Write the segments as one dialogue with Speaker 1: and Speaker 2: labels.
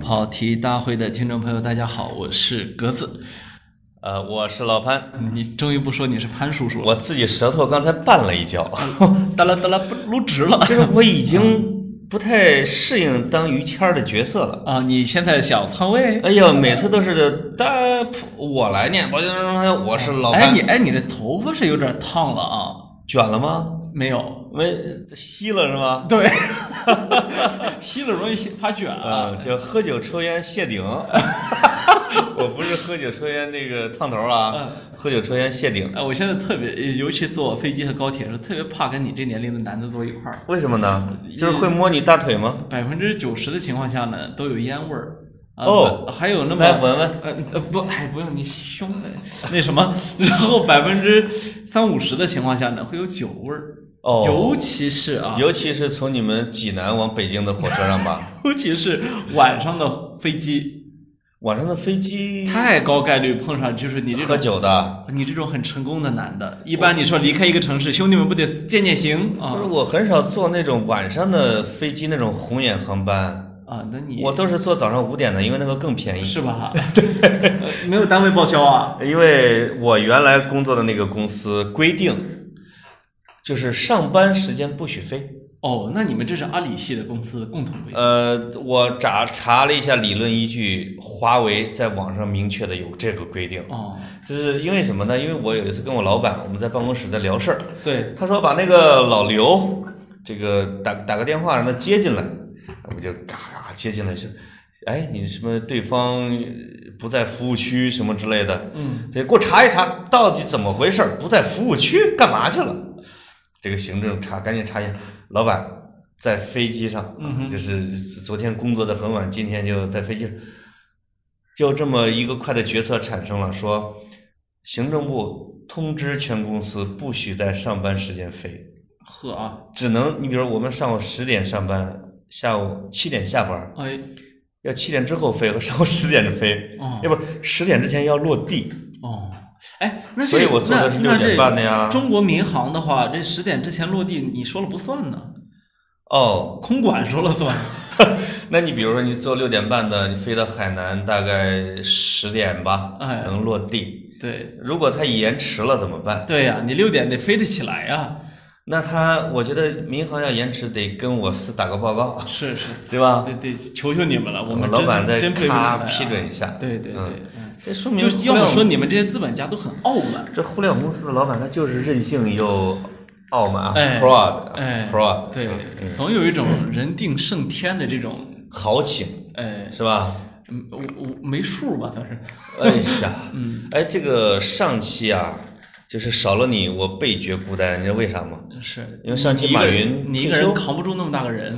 Speaker 1: 跑题大会的听众朋友，大家好，我是格子。
Speaker 2: 呃，我是老潘，
Speaker 1: 你终于不说你是潘叔叔了，
Speaker 2: 我自己舌头刚才绊了一跤，
Speaker 1: 哒啦哒啦不撸直了
Speaker 2: 就是我已经不太适应当于谦儿的角色了。
Speaker 1: 啊！你现在想篡位？
Speaker 2: 哎呀，每次都是大我来念，我就我是老
Speaker 1: 哎，
Speaker 2: 潘
Speaker 1: 你，哎，你这头发是有点烫了啊？
Speaker 2: 卷了吗？
Speaker 1: 没有，
Speaker 2: 没吸了是吗？
Speaker 1: 对， 吸了容易发卷啊。
Speaker 2: 嗯，叫喝酒抽烟谢顶。 我不是喝酒抽烟那个烫头
Speaker 1: 嗯
Speaker 2: 啊，喝酒抽烟谢顶。
Speaker 1: 哎，我现在特别，尤其坐飞机和高铁的时候，特别怕跟你这年龄的男的坐一块儿。
Speaker 2: 为什么呢？就是会摸你大腿吗？
Speaker 1: 百分之九十的情况下呢，都有烟味儿。啊
Speaker 2: 哦
Speaker 1: 还有那么
Speaker 2: 来闻闻
Speaker 1: 呃呃不，哎不用你凶的，那什么，然后百分之三五十的情况下呢，会有酒味儿，
Speaker 2: 哦
Speaker 1: 尤其是啊，
Speaker 2: 尤其是从你们济南往北京的火车上吧，
Speaker 1: 尤其是晚上的飞机，
Speaker 2: 晚上的飞机
Speaker 1: 太高概率碰上就是你这
Speaker 2: 喝
Speaker 1: 种
Speaker 2: 酒的。
Speaker 1: 你这种很成功的男的，一般你说离开一个城市，兄弟们不得践践行
Speaker 2: 嗯不是，
Speaker 1: 啊
Speaker 2: 我很少坐那种晚上的飞机那种红眼航班，
Speaker 1: 啊，那你
Speaker 2: 我都是坐早上五点的，因为那个更便宜。
Speaker 1: 是吧？ 对，没有单位报销啊，
Speaker 2: 因为我原来工作的那个公司规定，就是上班时间不许飞。
Speaker 1: 哦，那你们这是阿里系的公司的共同规定。
Speaker 2: 呃，我查查了一下理论依据，华为在网上明确的有这个规定。
Speaker 1: 哦，
Speaker 2: 就是因为什么呢？因为我有一次跟我老板，我们在办公室在聊事儿，
Speaker 1: 对，
Speaker 2: 他说把那个老刘，这个打打个电话让他接进来，我们就嘎嘎接进来是，哎，你什么对方呃不在服务区什么之类的，嗯，得给我查一查到底怎么回事儿，不在服务区干嘛去了？这个行政查赶紧查一下，老板在飞机上，嗯、就是昨天工作的很晚，今天就在飞机上，就这么一个快的决策产生了，说行政部通知全公司不许在上班时间飞，
Speaker 1: 呵啊，
Speaker 2: 只能你比如我们上午十点上班，下午七点下班，
Speaker 1: 哎，
Speaker 2: 要七点之后飞和上午十点就飞，
Speaker 1: 哦
Speaker 2: 要不十点之前要落地。
Speaker 1: 哦，哎，那这
Speaker 2: 所以我做的是
Speaker 1: 那那这
Speaker 2: 6:30半的呀
Speaker 1: 中国民航的话，这十点之前落地，你说了不算 呢，
Speaker 2: 哦，
Speaker 1: 空管说了算。
Speaker 2: 那你比如说你坐六点半的，你飞到海南大概十点吧，
Speaker 1: 哎
Speaker 2: 能落地。
Speaker 1: 对，
Speaker 2: 如果它延迟了怎么办？
Speaker 1: 对呀、你六点得飞得起来啊呀、
Speaker 2: 那他我觉得民航要延迟得跟我司打个报告，
Speaker 1: 是是，
Speaker 2: 对吧？
Speaker 1: 得得求求你们了，我
Speaker 2: 我们
Speaker 1: 们
Speaker 2: 老板
Speaker 1: 真
Speaker 2: 再
Speaker 1: 真飞不起
Speaker 2: 咔
Speaker 1: 来、啊。
Speaker 2: 批准一下。
Speaker 1: 对对对，
Speaker 2: 嗯
Speaker 1: 嗯
Speaker 2: 这说明
Speaker 1: 就
Speaker 2: 互
Speaker 1: 要
Speaker 2: 联
Speaker 1: 么
Speaker 2: 网
Speaker 1: 说你们这些资本家都很傲慢。
Speaker 2: 这互联网公司的老板他就是任性又傲慢啊
Speaker 1: 哎
Speaker 2: ，proud，
Speaker 1: 哎
Speaker 2: p r o u d
Speaker 1: 对，
Speaker 2: 嗯
Speaker 1: 总有一种人定胜天的这种，
Speaker 2: 豪情
Speaker 1: 哎，
Speaker 2: 是吧？
Speaker 1: 嗯我我没数吧，算是。
Speaker 2: 哎呀，
Speaker 1: 嗯
Speaker 2: 哎，这个上期啊，就是少了你，我倍觉孤单，你知道为啥 吗？
Speaker 1: 是，
Speaker 2: 因为上期
Speaker 1: 你一个
Speaker 2: 马
Speaker 1: 人
Speaker 2: 云
Speaker 1: 你一
Speaker 2: 退
Speaker 1: 个人
Speaker 2: 休
Speaker 1: 扛不住那么大个人，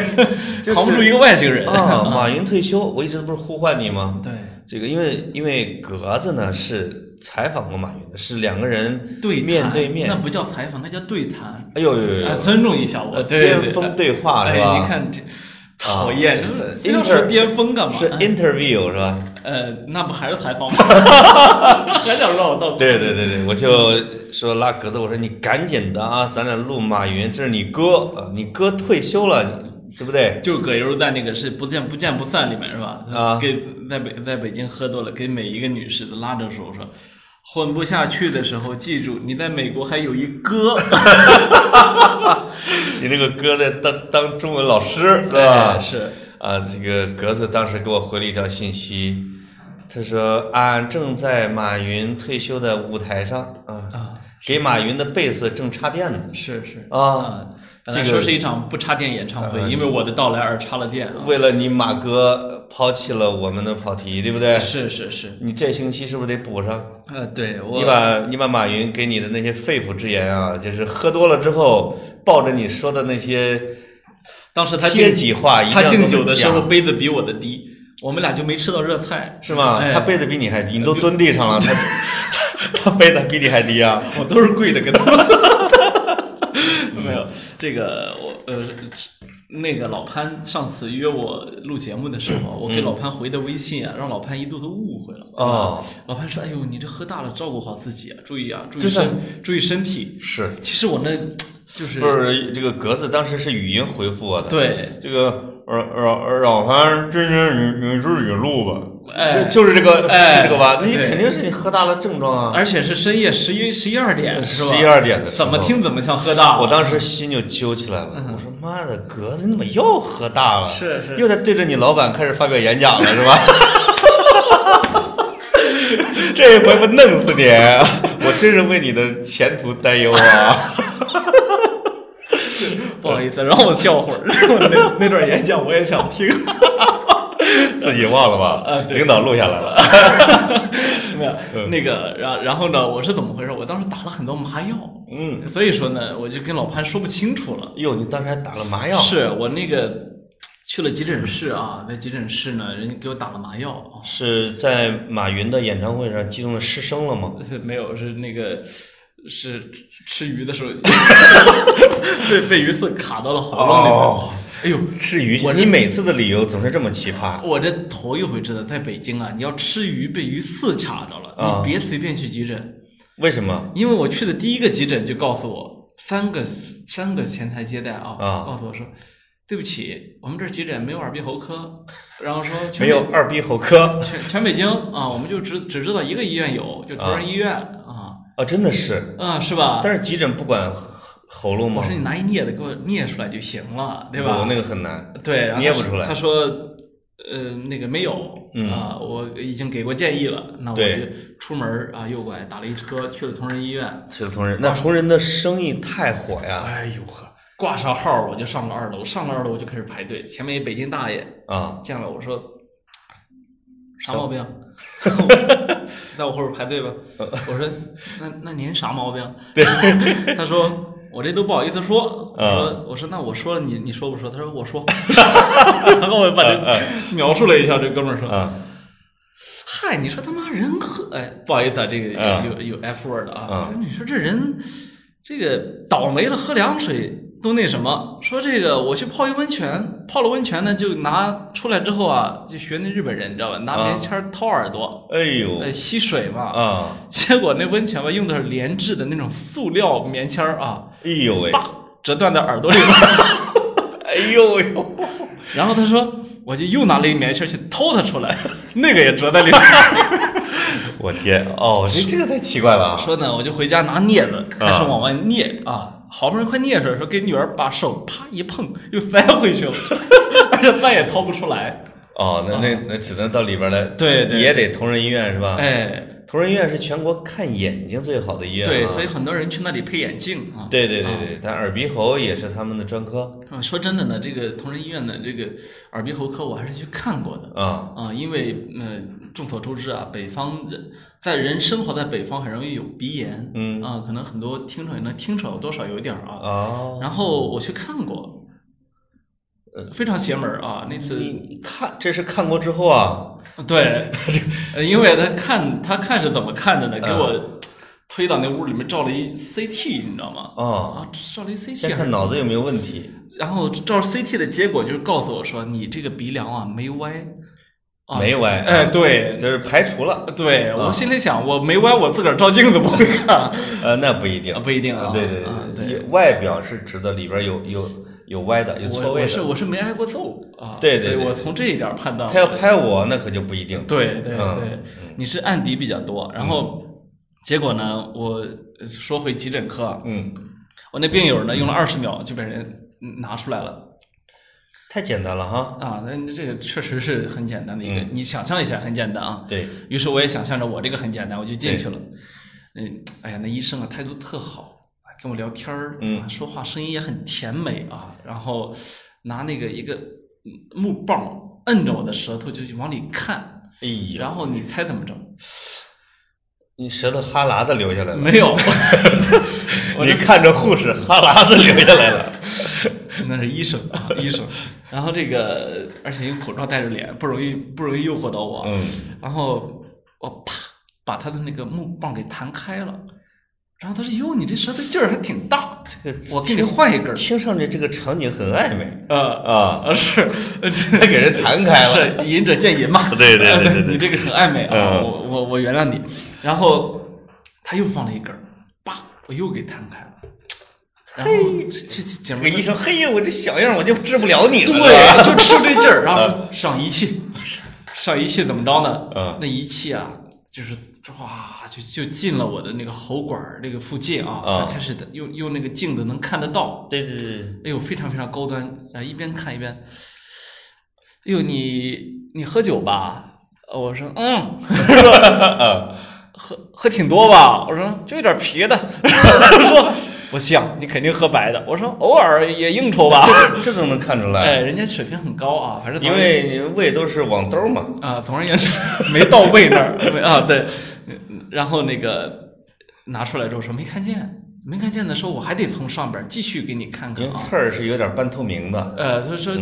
Speaker 2: 就是
Speaker 1: 扛不住一个外星人。
Speaker 2: 啊，马云退休，我一直不是呼唤你吗？
Speaker 1: 对，
Speaker 2: 这个因为因为格子呢是采访过马云的，是两个人
Speaker 1: 对谈
Speaker 2: 面对面
Speaker 1: 那。不叫采访，那叫对谈。
Speaker 2: 哎呦呦呦呦
Speaker 1: 啊，！尊重一下我，
Speaker 2: 呃
Speaker 1: 对对
Speaker 2: 巅峰对啊话
Speaker 1: 哎
Speaker 2: 是吧
Speaker 1: 你看这讨厌，
Speaker 2: 啊
Speaker 1: 这非要说巅峰干嘛？
Speaker 2: 是 interview 是吧？
Speaker 1: 呃，那不还是采访 吗？还想绕我到
Speaker 2: 对对对对，我就说拉格子，我说你赶紧的啊，咱俩录马云，这是你哥，呃你哥退休了，对不对？
Speaker 1: 就是葛优在那个是不见不见不散里面是吧？
Speaker 2: 啊
Speaker 1: 给在北在北京喝多了，给每一个女士都拉着手说，混不下去的时候，记住你在美国还有一哥，
Speaker 2: 你那个哥在当当中文老师是
Speaker 1: 哎
Speaker 2: 吧？
Speaker 1: 是
Speaker 2: 啊，这个格子当时给我回了一条信息，他说俺正在马云退休的舞台上啊，
Speaker 1: 啊
Speaker 2: 给马云的贝斯正插电呢。
Speaker 1: 是是
Speaker 2: 啊，
Speaker 1: 本来
Speaker 2: 这个嗯
Speaker 1: 说是一场不插电演唱会，因为我的到来而插了电啊。
Speaker 2: 为了你马哥抛弃了我们的跑题，对不对？
Speaker 1: 是是是，
Speaker 2: 你这星期是不是得补上？
Speaker 1: 呃，对我
Speaker 2: 你把你把马云给你的那些肺腑之言啊，就是喝多了之后抱着你说的那些
Speaker 1: 当时他
Speaker 2: 贴
Speaker 1: 敬
Speaker 2: 己话，一定
Speaker 1: 他
Speaker 2: 要
Speaker 1: 敬
Speaker 2: 跟
Speaker 1: 酒
Speaker 2: 我
Speaker 1: 的
Speaker 2: 们
Speaker 1: 时候
Speaker 2: 讲
Speaker 1: 杯子比我的低，我们俩就没吃到热菜，
Speaker 2: 是吗？
Speaker 1: 哎
Speaker 2: 他背的比你还低，你都蹲 地上了，他他他背的比你还低啊！
Speaker 1: 我都是跪着跟他们。 没有这个，我呃，是那个老潘上次约我录节目的时候，我给老潘回的微信啊，让老潘一度都误会了。
Speaker 2: 嗯哦，
Speaker 1: 老潘说：“哎呦，你这喝大了，照顾好自己啊，注意啊，注意
Speaker 2: 真的
Speaker 1: 身，注意身体。”
Speaker 2: 是
Speaker 1: 其实我那就是
Speaker 2: 不是这个格子当时是语音回复我的，，
Speaker 1: 对，
Speaker 2: 这个呃呃老潘，这是你你自己录吧，
Speaker 1: 哎
Speaker 2: 就就是这个
Speaker 1: 哎
Speaker 2: 是这个吧？那你
Speaker 1: 对
Speaker 2: 肯定是你喝大了症状啊，
Speaker 1: 而且是深夜十一十一二点是吧？
Speaker 2: 十一二点的时
Speaker 1: 怎
Speaker 2: 候，
Speaker 1: 么听怎么像喝大了。
Speaker 2: 我当时心就揪起来了，我说妈的，格子你怎么又喝大了？
Speaker 1: 是是
Speaker 2: 又在对着你老板开始发表演讲了是吧？这一回不弄死你！我真是为你的前途担忧啊！
Speaker 1: 不好意思，让我笑 会儿。那那段演讲我也想听。
Speaker 2: 自己忘了吧？
Speaker 1: 啊对
Speaker 2: 领导录下来了。
Speaker 1: 没
Speaker 2: 嗯
Speaker 1: 有那个，然然后呢，我是怎么回事？我当时打了很多麻药，
Speaker 2: 嗯，
Speaker 1: 所以说呢，我就跟老潘说不清楚了。
Speaker 2: 哟，你当时还打了麻药？
Speaker 1: 是我那个去了急诊室啊，在急诊室呢，人家给我打了麻药 啊，
Speaker 2: 是在马云的演唱会上激动的失声了吗？
Speaker 1: 没有是那个是吃吃鱼的时候 被被鱼刺卡到了喉咙里面。
Speaker 2: 哦
Speaker 1: 哎呦，
Speaker 2: 吃鱼
Speaker 1: 我，这
Speaker 2: 你每次的理由总是这么奇葩。
Speaker 1: 我这头一回知道，在北京啊，你要吃鱼被鱼刺卡着了，
Speaker 2: 啊
Speaker 1: 你别随便去急诊，
Speaker 2: 为什么？
Speaker 1: 因为我去的第一个急诊就告诉我，三个三个前台接待啊，
Speaker 2: 啊
Speaker 1: 告诉我说，对不起，我们这儿急诊没有耳鼻喉科，然 后说全
Speaker 2: 没有
Speaker 1: 北
Speaker 2: 二逼猴 科
Speaker 1: 全全北京啊，我们就只只知道一个医院有，就同仁医院啊
Speaker 2: 啊，真的是。
Speaker 1: 啊，是吧？
Speaker 2: 但是急诊不管喉喉咙
Speaker 1: 我
Speaker 2: 吗
Speaker 1: 说？你拿一镊子给我捏出来就行了，对吧？
Speaker 2: 我那个很难。
Speaker 1: 对，然后
Speaker 2: 捏
Speaker 1: 他
Speaker 2: 不
Speaker 1: 说
Speaker 2: 出来
Speaker 1: 他说，呃，那个没有，
Speaker 2: 嗯
Speaker 1: 啊，我已经给过建议了，那我就
Speaker 2: 对
Speaker 1: 出门儿啊，右拐打了一车去了同仁医院。
Speaker 2: 去了同仁，那同仁的生意太火呀！
Speaker 1: 哎呦呵，挂上号儿我就上了二楼，上了二楼我就开始排队，前面一北京大爷
Speaker 2: 啊，
Speaker 1: 见了我说，啥毛 病？在我后边排队吧。我说，那那您啥毛病？ 他说。我这都不好意思说，我说我说那我说了你你说不说？他说我 说，然后我把这描述了一下，这哥们儿说，
Speaker 2: 啊，
Speaker 1: 嗨，你说他妈人和哎，不好意思啊，这个
Speaker 2: 啊
Speaker 1: 有有有 F word 啊。
Speaker 2: 啊
Speaker 1: 说你说这人，这个倒霉了，喝凉水都那什么。说这个我去泡一温泉，泡了温泉呢，就拿出来之后啊，就学那日本人，你知道吧？拿
Speaker 2: 啊
Speaker 1: 棉签儿掏耳朵，
Speaker 2: 哎呦
Speaker 1: 呃，吸水嘛。
Speaker 2: 啊，
Speaker 1: 结果那温泉吧，用的是连制的那种塑料棉签儿啊，
Speaker 2: 哎呦喂，
Speaker 1: 叭折断在耳朵里面。
Speaker 2: 哎呦呦，
Speaker 1: 然后他说，我就又拿了一棉签儿去偷它出来， 那个也折在里面。
Speaker 2: 我天，哦，这这个太奇怪了啊！
Speaker 1: 说呢，我就回家拿镊子开始往外捏啊，好不容易快捏出来，说给女儿把手啪一碰，又塞回去了， 而且再也掏不出来。
Speaker 2: 哦，那那那只能到里边来，
Speaker 1: 对对
Speaker 2: 也得同仁医院是吧？，
Speaker 1: 哎，
Speaker 2: 同仁医院是全国看眼睛最好的医院啊，
Speaker 1: 对，所以很多人去那里配眼镜啊。
Speaker 2: 对对对对，但耳鼻喉也是他们的专科
Speaker 1: 啊，说真的呢，这个同仁医院的这个耳鼻喉科我还是去看过的
Speaker 2: 啊。
Speaker 1: 啊，因为呃，众所周知啊，北方人在人生活在北方很容易有鼻炎，
Speaker 2: 嗯
Speaker 1: 啊，可能很多听众也能听出来，我多少有一点儿啊。
Speaker 2: 哦，
Speaker 1: 然后我去看过，非常邪门儿啊！那次
Speaker 2: 呃你你看，这是看过之后啊，
Speaker 1: 对，呃因为他看他看是怎么看的呢？
Speaker 2: 嗯
Speaker 1: 给我推到那屋里面照了一 CT，你知道吗？
Speaker 2: 啊，
Speaker 1: 啊，照了一
Speaker 2: 先
Speaker 1: CT，还
Speaker 2: 看脑子有没有问题。
Speaker 1: 然后照 CT 的结果就是告诉我说你这个鼻梁啊没歪，啊
Speaker 2: 没歪
Speaker 1: 哎，对
Speaker 2: 就是排除了，
Speaker 1: 呃对，
Speaker 2: 嗯
Speaker 1: 我心里想我没歪，我自个儿照镜子不会 看，
Speaker 2: 呃，那不一定
Speaker 1: 啊，不一定啊，
Speaker 2: 对对
Speaker 1: 啊
Speaker 2: 对，
Speaker 1: 对，
Speaker 2: 外表是直的，里边有有有歪的，有错
Speaker 1: 我
Speaker 2: 位
Speaker 1: 我是
Speaker 2: 的。
Speaker 1: 我是没挨过揍啊，
Speaker 2: 对对
Speaker 1: 所以
Speaker 2: 对
Speaker 1: 我从这一点判断，
Speaker 2: 他要拍我，那可就不一定。
Speaker 1: 对对
Speaker 2: 嗯
Speaker 1: 对，你是案底比较多，然后结果呢，我呃说回急诊科啊，
Speaker 2: 嗯，
Speaker 1: 我那病友呢用了二十秒就被人拿出来了
Speaker 2: 太简单了哈。
Speaker 1: 啊，那这个确实是很简单的一个，你想象一下很简单啊。
Speaker 2: 嗯对，
Speaker 1: 于是我也想象着我这个很简单，我就进去了。嗯，哎呀，那医生啊态度特好，哎跟我聊天儿，
Speaker 2: 嗯
Speaker 1: 啊说话声音也很甜美啊，然后拿那个一个木棒摁着我的舌头就往里看，
Speaker 2: 哎呀，
Speaker 1: 然后你猜怎么着？
Speaker 2: 你舌头哈喇子流下来了，
Speaker 1: 没有， 我
Speaker 2: 你看着护士哈喇子流下来了。
Speaker 1: 那是医生啊，医生。然后这个，而且用口罩戴着脸，不容易不容易诱惑到我。啊
Speaker 2: 嗯，
Speaker 1: 然后我啪把他的那个木棒给弹开了，然后他说：“哟，你这舌头劲儿还挺大，
Speaker 2: 这个
Speaker 1: 我给你换一根儿。
Speaker 2: 听上去这个场景很暧昧”
Speaker 1: 呃
Speaker 2: 啊，
Speaker 1: 啊 是，
Speaker 2: 他给人弹开了。
Speaker 1: 是隐者见淫嘛？
Speaker 2: 对对对对 对
Speaker 1: 你这个很暧昧啊，
Speaker 2: 嗯
Speaker 1: 我我我原谅你。然后他又放了一根儿，叭，我又给弹开了，然后这这姐
Speaker 2: 那个
Speaker 1: 妹
Speaker 2: 医生，嘿呀，我这小样我就治不了你了。
Speaker 1: 对，就就这劲儿，然后说上仪器，上仪器怎么着呢？
Speaker 2: 嗯
Speaker 1: 那仪器啊，就是唰就就进了我的那个喉管儿那个附近啊，
Speaker 2: 嗯
Speaker 1: 它开始的用用那个镜子能看得到，
Speaker 2: 对对对对，
Speaker 1: 哎呦，非常非常高端，然后一边看一边，哎呦，你你喝酒吧？呃我说嗯，
Speaker 2: 啊
Speaker 1: 喝喝挺多吧？我说就有点啤的， 说不像，你肯定喝白的。我说偶尔也应酬吧。
Speaker 2: 这都能看出来，
Speaker 1: 哎，人家水平很高啊，反正总
Speaker 2: 因为你胃都是网兜嘛。
Speaker 1: 啊，总而言之没到位那儿没啊，对，嗯然后那个拿出来之后说没看见，没看见的时候我还得从上边儿继续给你看
Speaker 2: 因
Speaker 1: 看
Speaker 2: 为
Speaker 1: 啊。
Speaker 2: 刺儿是有点半透明的，
Speaker 1: 呃，他说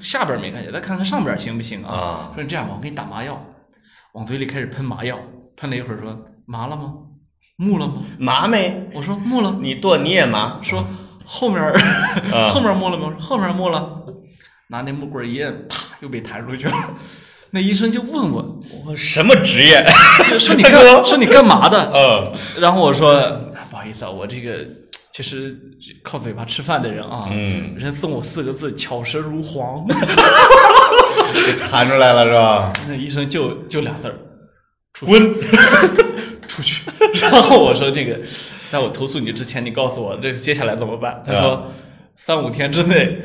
Speaker 1: 下边儿没看见，再看看上边儿行不行
Speaker 2: 啊
Speaker 1: 啊？说你这样吧，我给你打麻药，往嘴里开始喷麻药，喷了一会儿说麻了吗？木了吗？
Speaker 2: 麻没？
Speaker 1: 我说木了，
Speaker 2: 你剁你也麻？
Speaker 1: 说后面儿
Speaker 2: 啊
Speaker 1: 后面儿摸了吗？我说后面儿摸了，拿那木棍儿一摁，啪又被弹出去了。那医生就问我，
Speaker 2: 我什么职业？
Speaker 1: 说你
Speaker 2: 大
Speaker 1: 干
Speaker 2: 哥
Speaker 1: 说你干嘛的？
Speaker 2: 嗯
Speaker 1: 然后我说不好意思啊，我这个其实靠嘴巴吃饭的人啊，
Speaker 2: 嗯，
Speaker 1: 人送我四个字巧舌如簧，
Speaker 2: 给弹出来了是吧？
Speaker 1: 那医生就就俩字儿。出去，
Speaker 2: 滚！
Speaker 1: 出去。 然后我说这个，在我投诉你之前，你告诉我这个接下来怎么办？他说三五天之内，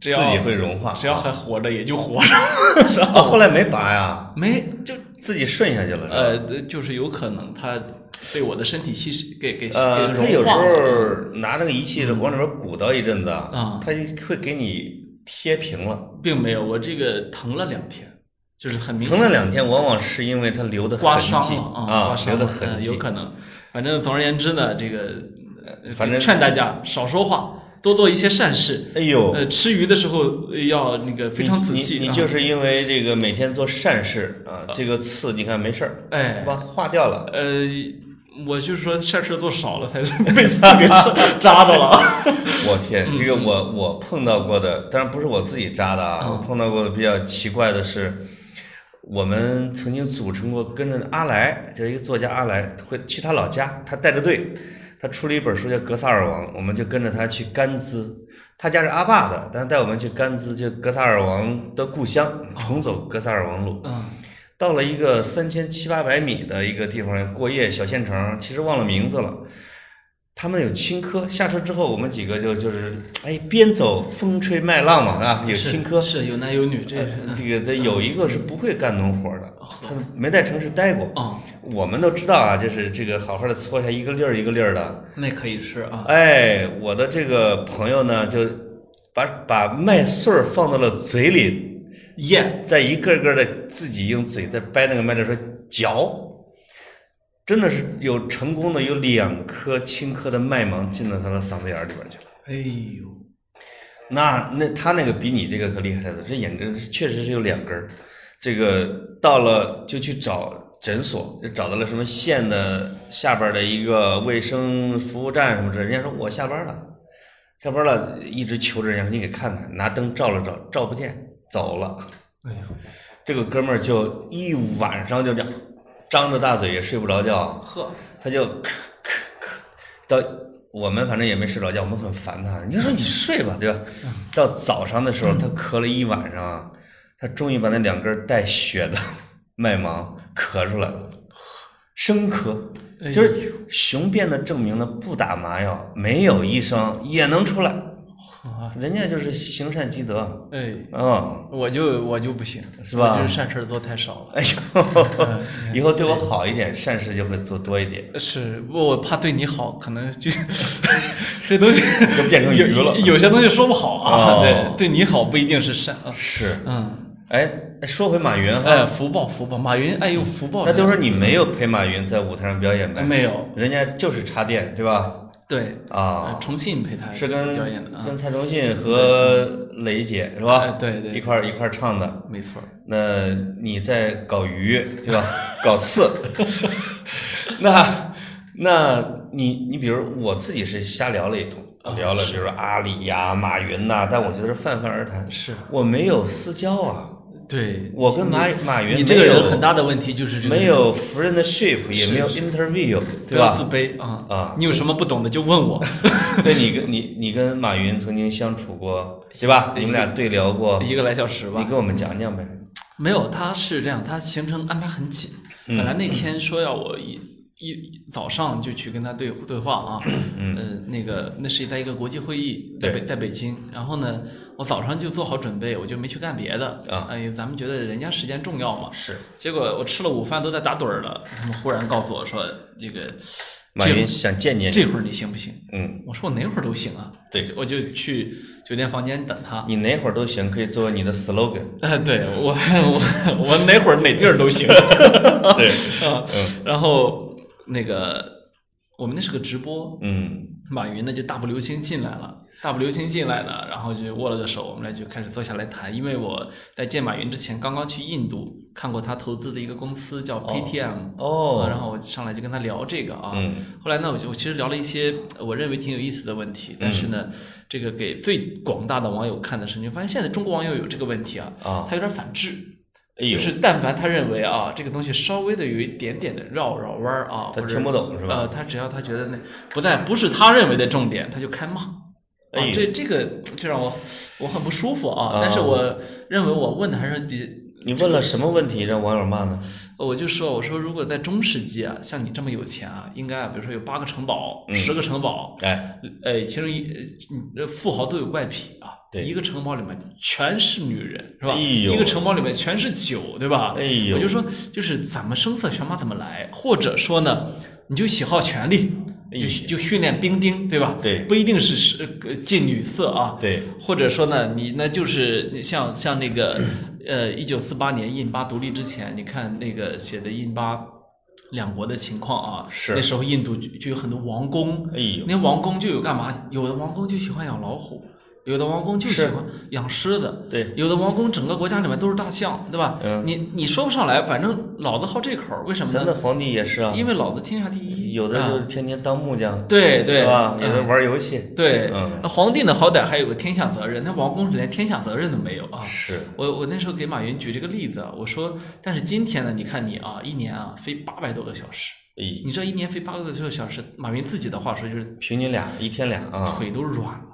Speaker 1: 只
Speaker 2: 自
Speaker 1: 要
Speaker 2: 己会融化。
Speaker 1: 只要还活着，也 就活着。然
Speaker 2: 哦，
Speaker 1: 后
Speaker 2: 后来没拔呀，
Speaker 1: 没就
Speaker 2: 自己顺下去了是吧。
Speaker 1: 呃，就是有可能他被我的身体吸食给给给
Speaker 2: 呃，他有
Speaker 1: 融
Speaker 2: 时
Speaker 1: 化了。
Speaker 2: 候拿那个仪器往里边鼓捣一阵子，
Speaker 1: 嗯啊
Speaker 2: 他就会给你贴平了。
Speaker 1: 并没有，我这个疼了两天，就是很明
Speaker 2: 疼
Speaker 1: 显
Speaker 2: 了两天，往往是因为它留的痕
Speaker 1: 刮伤
Speaker 2: 迹
Speaker 1: 了
Speaker 2: 啊
Speaker 1: 刮，伤
Speaker 2: 留
Speaker 1: 了
Speaker 2: 的痕
Speaker 1: 嗯
Speaker 2: 迹
Speaker 1: 有。可能。反正总而言之呢，这个呃
Speaker 2: 反正
Speaker 1: 劝大家少说话，多做一些善事。
Speaker 2: 哎呦，
Speaker 1: 呃，吃鱼的时候呃要那个非常仔细。
Speaker 2: 你你
Speaker 1: 啊
Speaker 2: 你就是因为这个每天做善事啊，这个刺你看没事儿，
Speaker 1: 哎
Speaker 2: 把化掉了。
Speaker 1: 呃，我就是说善事做少了，才 是被刺给 扎扎着了。
Speaker 2: 我天，这个我我碰到过的，当然不是我自己扎的啊，我碰到过的比较奇怪的是，我们曾经组成过跟着阿来，就是一个作家阿来，会去他老家，他带着队，他出了一本书叫《格萨尔王》，我们就跟着他去甘孜。他家是阿坝的，但带我们去甘孜，就格萨尔王的故乡，重走格萨尔王路。
Speaker 1: 嗯
Speaker 2: 到了一个三千七八百米的一个地方过夜小县城，其实忘了名字了。他们有青稞，下车之后我们几个就就是哎，边走风吹麦浪嘛啊，有青稞。呃
Speaker 1: 是有男有女，这是
Speaker 2: 这个这有一个是不会干农活的，他没在城市待过。
Speaker 1: 哦，
Speaker 2: 我们都知道啊，就是这个好好的搓一下一个粒儿一个粒儿的。
Speaker 1: 那可以吃啊。
Speaker 2: 哎，我的这个朋友呢，就把把麦穗儿放到了嘴里，
Speaker 1: 咽
Speaker 2: 在一个个的自己用嘴在掰那个麦粒儿时候嚼，真的是有成功的有两颗青稞的麦芒进到他的嗓子眼儿里边去了。
Speaker 1: 哎呦，
Speaker 2: 那那他那个比你这个可厉害太多，这眼睛确实是有两根儿。这个到了就去找诊所，就找到了什么县的下边的一个卫生服务站什么之类的。人家说我下班了，下班了，一直求着人家说你给看看，拿灯照了照，照不见，走了。
Speaker 1: 哎呦，
Speaker 2: 这个哥们儿就一晚上就这样张着大嘴也睡不着觉，
Speaker 1: 呵，
Speaker 2: 他就咳咳咳，到我们反正也没睡着觉，我们很烦他。你就说你睡吧，对吧？到早上的时候，他
Speaker 1: 嗯
Speaker 2: 咳了一晚上啊，他终于把那两根带血的麦芒咳出来了，生咳。
Speaker 1: 哎呦
Speaker 2: 就是雄辩的证明了，不打麻药，没有医生也能出来。
Speaker 1: 呵
Speaker 2: 人家就是行善积德，
Speaker 1: 啊哎，
Speaker 2: 嗯，
Speaker 1: 我就我就不行，
Speaker 2: 是吧
Speaker 1: 我就是善事儿做太少了。嗯
Speaker 2: 哎呦， 以后对我好一点，善事就会做多一点。
Speaker 1: 是，不，我怕对你好，可能 就这东西
Speaker 2: 就变成鱼了
Speaker 1: 有有些东西说不好啊，
Speaker 2: 哦
Speaker 1: 对，对你好不一定是善啊。
Speaker 2: 是，
Speaker 1: 嗯，
Speaker 2: 哎，说回马云
Speaker 1: 哎，
Speaker 2: 哈，
Speaker 1: 福报福报，马云哎呦福报
Speaker 2: 那
Speaker 1: 人，呃
Speaker 2: 就是你没有陪马云在舞台上表演呗？
Speaker 1: 没有，
Speaker 2: 人家就是插电，对吧？
Speaker 1: 对
Speaker 2: 啊
Speaker 1: 呃重庆陪他
Speaker 2: 是
Speaker 1: 表演的
Speaker 2: 跟
Speaker 1: 啊，
Speaker 2: 跟蔡崇信和雷姐是吧
Speaker 1: 哎？对对
Speaker 2: 一块儿一块儿唱的。
Speaker 1: 没错儿，
Speaker 2: 那你在搞鱼对吧？搞刺， 那那你你比如我自己是瞎聊了一通，
Speaker 1: 啊
Speaker 2: 聊了比如说阿里呀、马云呐、但我觉得是泛泛而谈，
Speaker 1: 是
Speaker 2: 我没有私交啊，
Speaker 1: 对，
Speaker 2: 我跟马马云
Speaker 1: 你这个
Speaker 2: 没有
Speaker 1: 人很大的问题就是这个
Speaker 2: 没有 friendship，也没有 interview，
Speaker 1: 不
Speaker 2: 对
Speaker 1: 要
Speaker 2: 吧
Speaker 1: 自？卑啊
Speaker 2: 啊
Speaker 1: 你有什么不懂的就问我，
Speaker 2: 所以你跟你你跟马云曾经相处过，对吧？你们俩对聊过，
Speaker 1: 一个来小时
Speaker 2: 你
Speaker 1: 吧。
Speaker 2: 给我们讲讲呗。
Speaker 1: 没
Speaker 2: 嗯
Speaker 1: 有，他是这样，他行程安排很紧，本来那天说要我一一早上就去跟他对对话啊，
Speaker 2: 嗯
Speaker 1: 呃，那个那是在一个国际会议，在北在北京，然后呢，我早上就做好准备，我就没去干别的
Speaker 2: 啊
Speaker 1: 哎，咱们觉得人家时间重要嘛，
Speaker 2: 是
Speaker 1: 结果我吃了午饭都在打盹儿了，他们忽然告诉我说这个
Speaker 2: 嗯马云想见见你，
Speaker 1: 这会儿你行不行？
Speaker 2: 嗯，
Speaker 1: 我说我哪会儿都行啊，
Speaker 2: 对，
Speaker 1: 我就去酒店房间等他。
Speaker 2: 你哪会儿都行，可以作为你的 slogan。
Speaker 1: 哎，对我我我哪会儿哪地儿都行
Speaker 2: 对，
Speaker 1: 啊。
Speaker 2: 嗯
Speaker 1: 然后那个我们那是个直播，
Speaker 2: 嗯，
Speaker 1: 马云呢就大步流星进来了，大步流星进来了，然后就握了个手，我们俩就开始坐下来谈。因为我在见马云之前刚刚去印度看过他投资的一个公司叫 PTM，、啊，
Speaker 2: 哦，
Speaker 1: 然后我上来就跟他聊这个啊。
Speaker 2: 嗯
Speaker 1: 后来呢，我就我其实聊了一些呃我认为挺有意思的问题，但是呢，
Speaker 2: 嗯
Speaker 1: 这个给最广大的网友看的时候，你会发现现在中国网友有这个问题啊，
Speaker 2: 啊
Speaker 1: 他有点反制。
Speaker 2: 哎呦
Speaker 1: 就，是但凡他认为啊，这个东西稍微的有一点点的绕绕弯儿啊，
Speaker 2: 他
Speaker 1: 或者
Speaker 2: 听不懂是吧
Speaker 1: 呃，他只要他觉得那不在不是他认为的重点，他就开骂。啊
Speaker 2: 哎呦，
Speaker 1: 这这个这让我我很不舒服啊！
Speaker 2: 啊
Speaker 1: 但是我认为我问的还是比
Speaker 2: 你问了什么问题让网友骂呢？
Speaker 1: 我就说，我说如果在中世纪啊，像你这么有钱啊，应该啊，比如说有八个城堡、
Speaker 2: 嗯
Speaker 1: 十个城堡，
Speaker 2: 哎，
Speaker 1: 呃，其中一呃富豪都有怪癖啊。
Speaker 2: 对
Speaker 1: 一个城堡里面全是女人，是吧？
Speaker 2: 哎呦
Speaker 1: 一个城堡里面全是酒，对吧？
Speaker 2: 哎呦
Speaker 1: 我就说，就是怎么声色犬马怎么来，或者说呢，你就喜好权力，就就训练兵丁，对吧？
Speaker 2: 哎对
Speaker 1: 不一定是是呃近女色啊。
Speaker 2: 对，
Speaker 1: 或者说呢，你那就是你像像那个呃，一九四八年印巴独立之前，你看那个写的印巴两国的情况啊，
Speaker 2: 是
Speaker 1: 那时候印度就就有很多王公，
Speaker 2: 哎呦，
Speaker 1: 那王公就有干嘛？有的王公就喜欢养老虎，有的王公就喜
Speaker 2: 是
Speaker 1: 欢养狮子，
Speaker 2: 对，
Speaker 1: 有的王公整个国家里面都是大象，对吧？
Speaker 2: 嗯
Speaker 1: 你你说不上来，反正老子好这口儿，为什么
Speaker 2: 咱
Speaker 1: 呢？
Speaker 2: 的皇帝也是啊，
Speaker 1: 因为老子天下第一，
Speaker 2: 有的
Speaker 1: 啊
Speaker 2: 就天天当木匠，
Speaker 1: 对对
Speaker 2: 是吧？
Speaker 1: 嗯
Speaker 2: 有的玩游戏，
Speaker 1: 对，
Speaker 2: 嗯
Speaker 1: 那皇帝呢，好歹还有个天下责任，那王公是连天下责任都没有啊。
Speaker 2: 是，
Speaker 1: 我我那时候给马云举这个例子啊，我说，但是今天呢，你看你啊，一年啊飞八百多个小时，
Speaker 2: 哎，
Speaker 1: 你知道一年飞八百多个小时，马云自己的话说就是
Speaker 2: 平均俩一天俩啊，
Speaker 1: 腿都软了，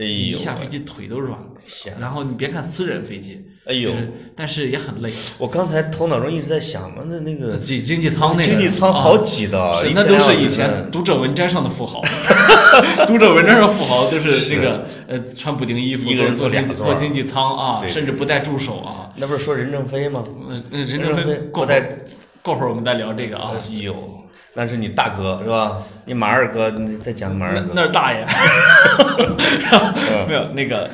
Speaker 2: 哎
Speaker 1: 一
Speaker 2: 呦，
Speaker 1: 下飞机腿都软了。
Speaker 2: 天，
Speaker 1: 然后你别看私人飞机，
Speaker 2: 哎
Speaker 1: 就
Speaker 2: 呦，
Speaker 1: 是但是也很累，
Speaker 2: 我刚才头脑中一直在想嘛，那那个
Speaker 1: 挤呃经济舱那个
Speaker 2: 经济舱好
Speaker 1: 啊
Speaker 2: 挤的，
Speaker 1: 是
Speaker 2: 一
Speaker 1: 那
Speaker 2: 天啊
Speaker 1: 都
Speaker 2: 两
Speaker 1: 是
Speaker 2: 个
Speaker 1: 以前读者文摘上的富豪， 读者文摘上的富豪就是那个呃穿补丁衣服，
Speaker 2: 一个人
Speaker 1: 坐
Speaker 2: 坐
Speaker 1: 经
Speaker 2: 俩
Speaker 1: 济
Speaker 2: 座
Speaker 1: 坐经济舱啊，
Speaker 2: 对
Speaker 1: 甚至不带助手啊。
Speaker 2: 那不是说任正非吗？
Speaker 1: 嗯，那任
Speaker 2: 任
Speaker 1: 正
Speaker 2: 正非
Speaker 1: 非过
Speaker 2: 不
Speaker 1: 会
Speaker 2: 带
Speaker 1: 儿过会儿我们再聊这个啊
Speaker 2: 哎。呦，那是你大哥是吧？你马二哥，你再讲马
Speaker 1: 那
Speaker 2: 二哥，
Speaker 1: 那是大爷，
Speaker 2: 嗯
Speaker 1: 没有那个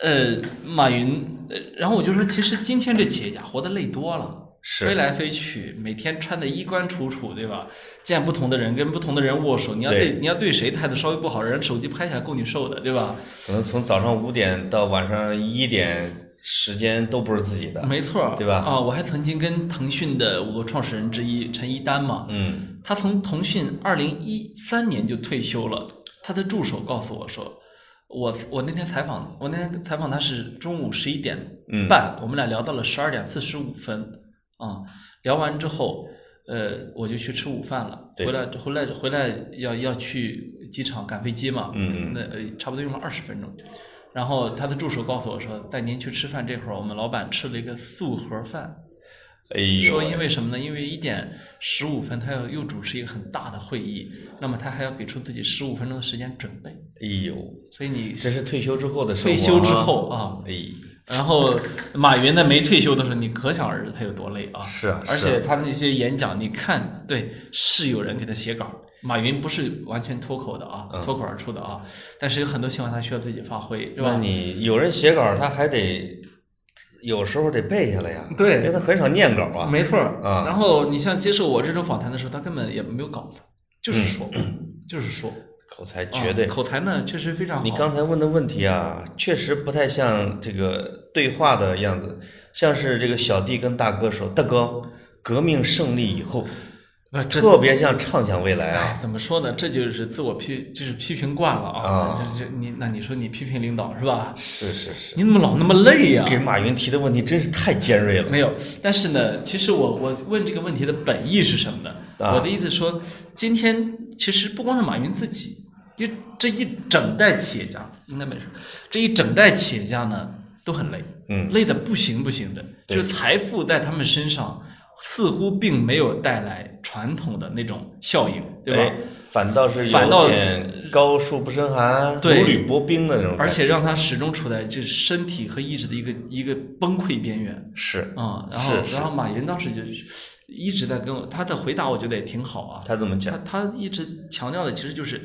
Speaker 1: 呃马云，呃然后我就说，其实今天这企业家活得累多了。
Speaker 2: 是
Speaker 1: 飞来飞去，每天穿的衣冠楚楚，对吧？见不同的人，跟不同的人握手，你要对
Speaker 2: 对
Speaker 1: 你要对谁态度稍微不好，人家手机拍下来够你受的，对吧？
Speaker 2: 可能从早上五点到晚上一点，时间都不是自己的，
Speaker 1: 没错儿，
Speaker 2: 对吧
Speaker 1: 啊，我还曾经跟腾讯的五个创始人之一陈一丹嘛，
Speaker 2: 嗯，
Speaker 1: 他从腾讯二零一三年就退休了。他的助手告诉我说，我我那天采访，我那天采访他是中午十一点
Speaker 2: 嗯
Speaker 1: 半，我们俩聊到了十二点四十五分啊、聊完之后，呃，我就去吃午饭了，
Speaker 2: 对
Speaker 1: 回来回来回来要要去机场赶飞机嘛，
Speaker 2: 嗯
Speaker 1: 那呃差不多用了二十分钟。然后他的助手告诉我说，带您去吃饭这会儿，我们老板吃了一个四五盒饭，
Speaker 2: 哎呦，
Speaker 1: 说因为什么呢？因为一点十五分他要又主持一个很大的会议，那么他还要给出自己十五分钟的时间准备，
Speaker 2: 哎呦，
Speaker 1: 所以你
Speaker 2: 这是退休之后的生
Speaker 1: 退
Speaker 2: 活、
Speaker 1: 休之，后啊，
Speaker 2: 哎，
Speaker 1: 然后马云呢没退休的时候，你可想而知他有多累啊。
Speaker 2: 是啊，
Speaker 1: 而
Speaker 2: 是啊
Speaker 1: 且他那些演讲，你看，对，是有人给他写稿。马云不是完全脱口的啊，
Speaker 2: 嗯
Speaker 1: 脱口而出的啊，但是有很多情况他需要自己发挥，是
Speaker 2: 那
Speaker 1: 吧？
Speaker 2: 你有人写稿，他还得有时候得背下来呀。
Speaker 1: 对
Speaker 2: 因为他很少念稿啊。
Speaker 1: 没错儿。
Speaker 2: 啊
Speaker 1: 然后你像接受我这种访谈的时候，他根本也没有稿子，就是说，就是说。
Speaker 2: 口才嗯绝对。
Speaker 1: 啊口才呢确实非常好。
Speaker 2: 你刚才问的问题啊，确实不太像这个对话的样子，像是这个小弟跟大哥说：“大哥，革命胜利以后，
Speaker 1: 呃这
Speaker 2: 特别像畅想未来啊。
Speaker 1: 哎，怎么说呢？这就是自我批，就是批评惯了啊。
Speaker 2: 啊
Speaker 1: 这这你那你说你批评领导是吧？
Speaker 2: 是是是，
Speaker 1: 你怎么老那么累呀、
Speaker 2: 给马云提的问题真是太尖锐了。
Speaker 1: 没有，但是呢，其实我我问这个问题的本意是什么呢？
Speaker 2: 啊
Speaker 1: 我的意思说，今天其实不光是马云自己，因为这一整代企业家应该没事，这一整代企业家呢都很累，
Speaker 2: 嗯，
Speaker 1: 累的不行不行的，就是财富在他们身上似乎并没有带来传统的那种效应，对吧？
Speaker 2: 哎反倒是
Speaker 1: 反倒
Speaker 2: 有点高处不胜寒、如
Speaker 1: 对
Speaker 2: 履薄冰的那种感觉。
Speaker 1: 而且让他始终处在就是身体和意志的一个一个崩溃边缘，
Speaker 2: 是
Speaker 1: 啊、然后
Speaker 2: 是是
Speaker 1: 然后马云当时就一直在跟我，他的回答我觉得也挺好啊。
Speaker 2: 他怎么
Speaker 1: 他
Speaker 2: 讲？
Speaker 1: 他一直强调的其实就是，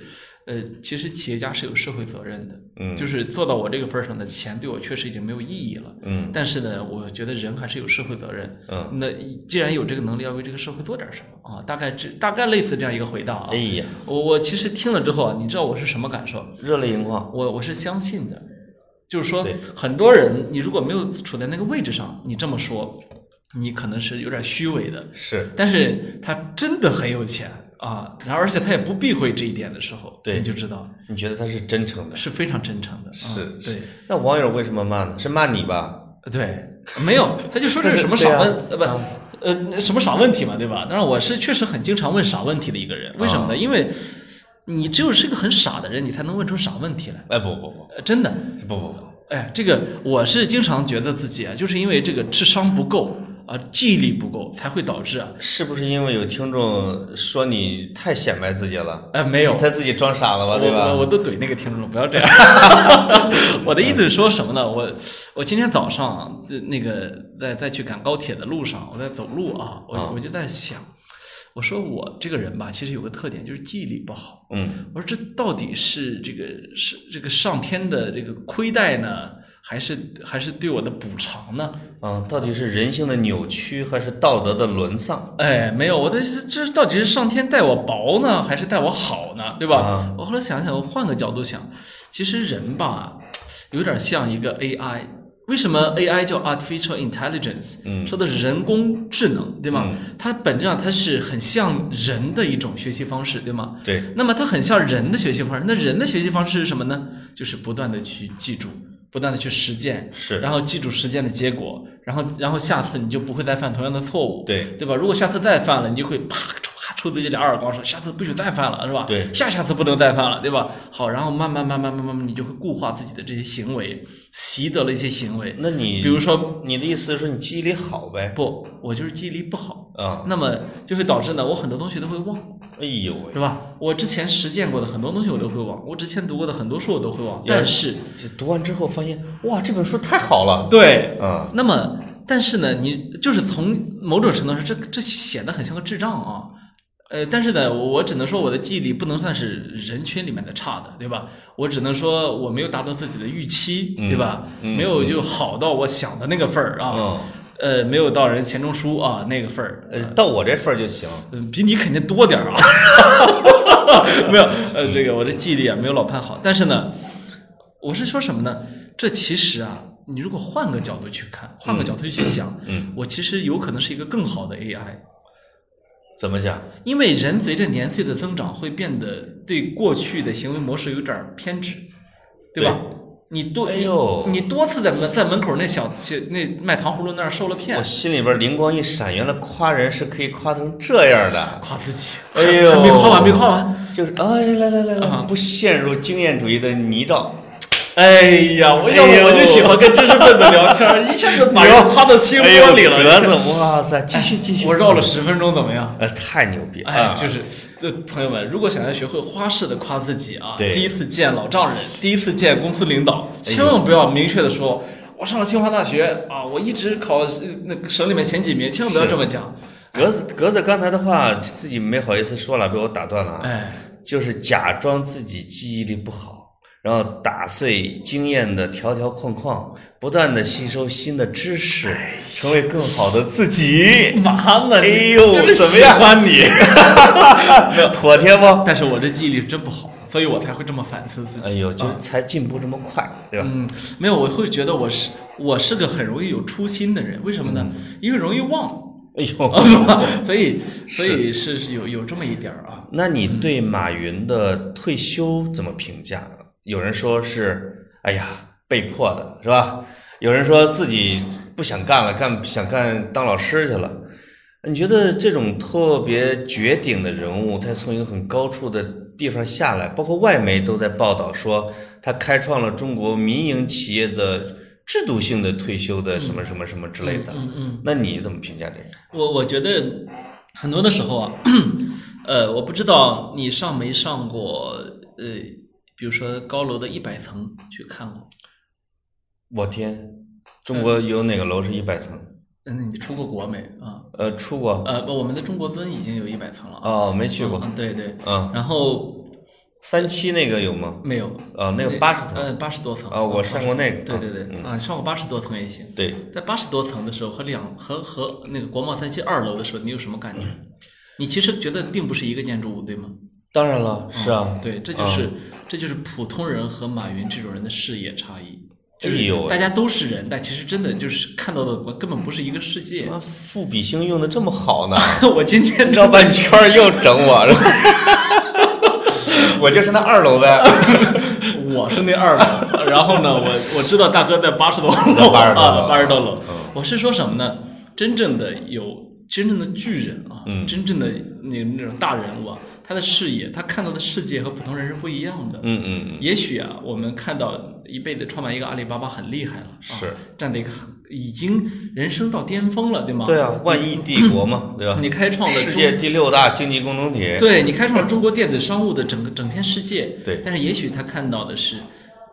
Speaker 1: 呃，其实企业家是有社会责任的，
Speaker 2: 嗯
Speaker 1: 就是做到我这个份儿上的钱对我确实已经没有意义了，
Speaker 2: 嗯，
Speaker 1: 但是呢，我觉得人还是有社会责任，
Speaker 2: 嗯，
Speaker 1: 那既然有这个能力，要为这个社会做点什么啊？大概这大概类似这样一个回答啊。
Speaker 2: 哎呀，
Speaker 1: 我我其实听了之后啊，你知道我是什么感受？
Speaker 2: 热泪盈眶。
Speaker 1: 我我是相信的，就是说
Speaker 2: 对，
Speaker 1: 很多人你如果没有处在那个位置上，你这么说，你可能是有点虚伪的。
Speaker 2: 是
Speaker 1: 但是他真的很有钱啊，然后而且他也不避讳这一点的时候，
Speaker 2: 对
Speaker 1: 你就知道
Speaker 2: 你觉得他是真诚的？
Speaker 1: 是非常真诚的。啊
Speaker 2: 是
Speaker 1: 对
Speaker 2: 那网友为什么骂呢？是骂你吧？
Speaker 1: 对，没有，他就说这是什
Speaker 2: 啊
Speaker 1: 么傻问，呃不。呃，什么傻问题嘛，对吧？但是我是确实很经常问傻问题的一个人，为什
Speaker 2: 啊
Speaker 1: 么呢？因为你只有是个很傻的人，你才能问出傻问题来，
Speaker 2: 哎，不不不
Speaker 1: 呃真的。
Speaker 2: 不不不，
Speaker 1: 哎，这个我是经常觉得自己啊，就是因为这个智商不够啊，记忆力不够，才会导致啊，
Speaker 2: 是不是因为有听众说你太显摆自己了，
Speaker 1: 哎，没有
Speaker 2: 你，才自己装傻了吧？对
Speaker 1: 我我
Speaker 2: 吧？
Speaker 1: 我都怼那个听众了，不要这 样。我的意思是说什么呢？我我今天早上啊这那个在在去赶高铁的路上，我在走路啊，我
Speaker 2: 啊
Speaker 1: 我就在想，我说我这个人吧，其实有个特点就是记忆力不好。
Speaker 2: 嗯，
Speaker 1: 我说这到底是这个是这个上天的这个亏待呢，还是还是对我的补偿呢？
Speaker 2: 啊，到底是人性的扭曲还是道德的沦丧？
Speaker 1: 哎，没有，我的这这到底是上天待我薄呢，还是待我好呢？对吧？
Speaker 2: 啊
Speaker 1: 我后来想想，我换个角度想，其实人吧，有点像一个 AI。为什么 AI 叫 artificial intelligence？、
Speaker 2: 嗯
Speaker 1: 说的是人工智能，对吗？它本质上它是很像人的一种学习方式，对吗？
Speaker 2: 对，
Speaker 1: 那么它很像人的学习方式。那人的学习方式是什么呢？就是不断的去记住，不断的去实践，
Speaker 2: 是
Speaker 1: 然后记住实践的结果，然后然后下次你就不会再犯同样的错误，
Speaker 2: 对
Speaker 1: 对吧？如果下次再犯了，你就会啪啪抽自己俩耳光，说下次不许再犯了，是吧？
Speaker 2: 对
Speaker 1: 下下次不能再犯了，对吧？好，然后慢慢慢慢慢慢，你就会固化自己的这些行为，习得了一些行为，
Speaker 2: 那你
Speaker 1: 比如说
Speaker 2: 你的意思是说你记忆力好呗？
Speaker 1: 不，我就是记忆力不好，
Speaker 2: 啊，
Speaker 1: 那么就会导致呢，我很多东西都会忘。
Speaker 2: 哎呦喂
Speaker 1: 是，吧？我之前实践过的很多东西我都会忘，我之前读过的很多书我都会忘，
Speaker 2: 要
Speaker 1: 但是
Speaker 2: 这读完之后发现，哇，这本书太好了。
Speaker 1: 对，
Speaker 2: 啊，
Speaker 1: 那么但是呢，你就是从某种程度上，这这显得很像个智障啊。呃，但是呢，我我只能说我的记忆力不能算是人群里面的差的，对吧？我只能说我没有达到自己的预期，对吧？没有就好到我想的那个份儿啊，
Speaker 2: 嗯，
Speaker 1: 呃，没有到人钱钟书啊那个份儿，
Speaker 2: 呃，到我这份儿就行。
Speaker 1: 嗯，比你肯定多点儿啊。没有，呃，这个我的记忆力啊没有老潘好，但是呢，我是说什么呢？这其实啊，你如果换个角度去看，换个角度去想，
Speaker 2: 嗯
Speaker 1: 我其实有可能是一个更好的 AI，
Speaker 2: 怎么讲？
Speaker 1: 因为人随着年岁的增长，会变得对过去的行为模式有点儿偏执，对吧？你多，
Speaker 2: 哎呦
Speaker 1: 你你多次在门在门口那小那卖糖葫芦那儿受了骗
Speaker 2: 我，心里边灵光一闪，原来夸人是可以夸成这样的。
Speaker 1: 夸自己，
Speaker 2: 哎
Speaker 1: 还
Speaker 2: 呦
Speaker 1: 还没夸完，没夸完，
Speaker 2: 就是哎，来来来
Speaker 1: 啊
Speaker 2: 来，不陷入经验主义的泥沼。
Speaker 1: 哎呀，我要不
Speaker 2: 哎呦
Speaker 1: 我就喜欢跟知识分子聊 天儿，一下子把人夸到心
Speaker 2: 哎呦，
Speaker 1: 窝里了。哎
Speaker 2: 格子，哇塞，继续继续。
Speaker 1: 我绕了十分钟，怎么样？
Speaker 2: 呃，太牛逼
Speaker 1: 哎
Speaker 2: 啊，！
Speaker 1: 就是这朋友们，如果想要学会花式的夸自己啊，
Speaker 2: 对
Speaker 1: 第一次见老丈人，第一次见公司领导，千万不要明确的说，我上了清华大学啊，我一直考呃那个省里面前几名，千万不要
Speaker 2: 是
Speaker 1: 这么讲。
Speaker 2: 格子格子刚才的话自己没好意思说了，被我打断了啊。
Speaker 1: 哎，
Speaker 2: 就是假装自己记忆力不好，然后打碎经验的条条框框，不断的吸收新的知
Speaker 1: 哎
Speaker 2: 识，成为更好的自己。
Speaker 1: 嘛呢？
Speaker 2: 哎呦，
Speaker 1: 嗯就是
Speaker 2: 怎么
Speaker 1: 喜
Speaker 2: 样？
Speaker 1: 欢
Speaker 2: 你，妥帖不？
Speaker 1: 但是我这记忆力真不好，所以我才会这么反思自己。
Speaker 2: 哎呦，就是才进步这么快，对吧？
Speaker 1: 嗯，嗯没有，我会觉得我是我是个很容易有初心的人，为什么呢？因为容易忘。
Speaker 2: 哎
Speaker 1: 啊，
Speaker 2: 呦，
Speaker 1: 是吧？所以，所以是是有有这么一点儿啊，
Speaker 2: 那你对马云的退休怎么评价？有人说是，哎呀，被迫的，是吧？有人说自己不想干了，干想干当老师去了。你觉得这种特别绝顶的人物，他从一个很高处的地方下来，包括外媒都在报道说，他开创了中国民营企业的制度性的退休的什么什么什么之类的。
Speaker 1: 嗯嗯。
Speaker 2: 那你怎么评价这个？
Speaker 1: 我我觉得很多的时候啊， 呃，我不知道你上没上过，呃，比如说高楼的一百层去看过，
Speaker 2: 我天，中国有哪个楼是一百层？
Speaker 1: 嗯，你出过国没啊？
Speaker 2: 呃，出过
Speaker 1: 呃，我们的中国尊已经有一百层了啊，
Speaker 2: 哦，没去过。
Speaker 1: 嗯，对对，
Speaker 2: 嗯，
Speaker 1: 然后
Speaker 2: 三期那个有吗？
Speaker 1: 没有，
Speaker 2: 啊，那个八十层
Speaker 1: 呃，八十多层
Speaker 2: 啊，我上过那个。
Speaker 1: 对对对，
Speaker 2: 嗯
Speaker 1: 啊，上过八十多层也行。
Speaker 2: 对，
Speaker 1: 在八十多层的时候和两和和那个国贸三期二楼的时候，你有什么感觉？
Speaker 2: 嗯
Speaker 1: 你其实觉得并不是一个建筑物，对吗？
Speaker 2: 当然了，
Speaker 1: 嗯
Speaker 2: 是啊，
Speaker 1: 对，这就是、这就是普通人和马云这种人的视野差异。就
Speaker 2: 哎
Speaker 1: 是
Speaker 2: 呦喂
Speaker 1: 大家都是人，但其实真的就是看到的根本不是一个世界。
Speaker 2: 妈富比星用的这么好呢，
Speaker 1: 我今天
Speaker 2: 绕半圈儿又整我，是吧 我就是那二楼呗。
Speaker 1: 我是那二楼，然后呢，我我知道大哥在八十多楼，
Speaker 2: 在80多楼嗯
Speaker 1: 啊，八十多楼。我是说什么呢？真正的有真正的巨人啊，
Speaker 2: 嗯
Speaker 1: 真正的那那种大人物啊，他的视野，他看到的世界和普通人是不一样的。
Speaker 2: 嗯嗯
Speaker 1: 也许啊，我们看到一辈子创办一个阿里巴巴很厉害了，啊、
Speaker 2: 是
Speaker 1: 站在一个很已经人生到巅峰了，对吗？
Speaker 2: 嗯，对啊，万亿帝国嘛，对吧？
Speaker 1: 你开创了
Speaker 2: 世
Speaker 1: 中
Speaker 2: 界第六大经济共同体。
Speaker 1: 对你开创了中国电子商务的整个整片世界。
Speaker 2: 对
Speaker 1: 但是也许他看到的是，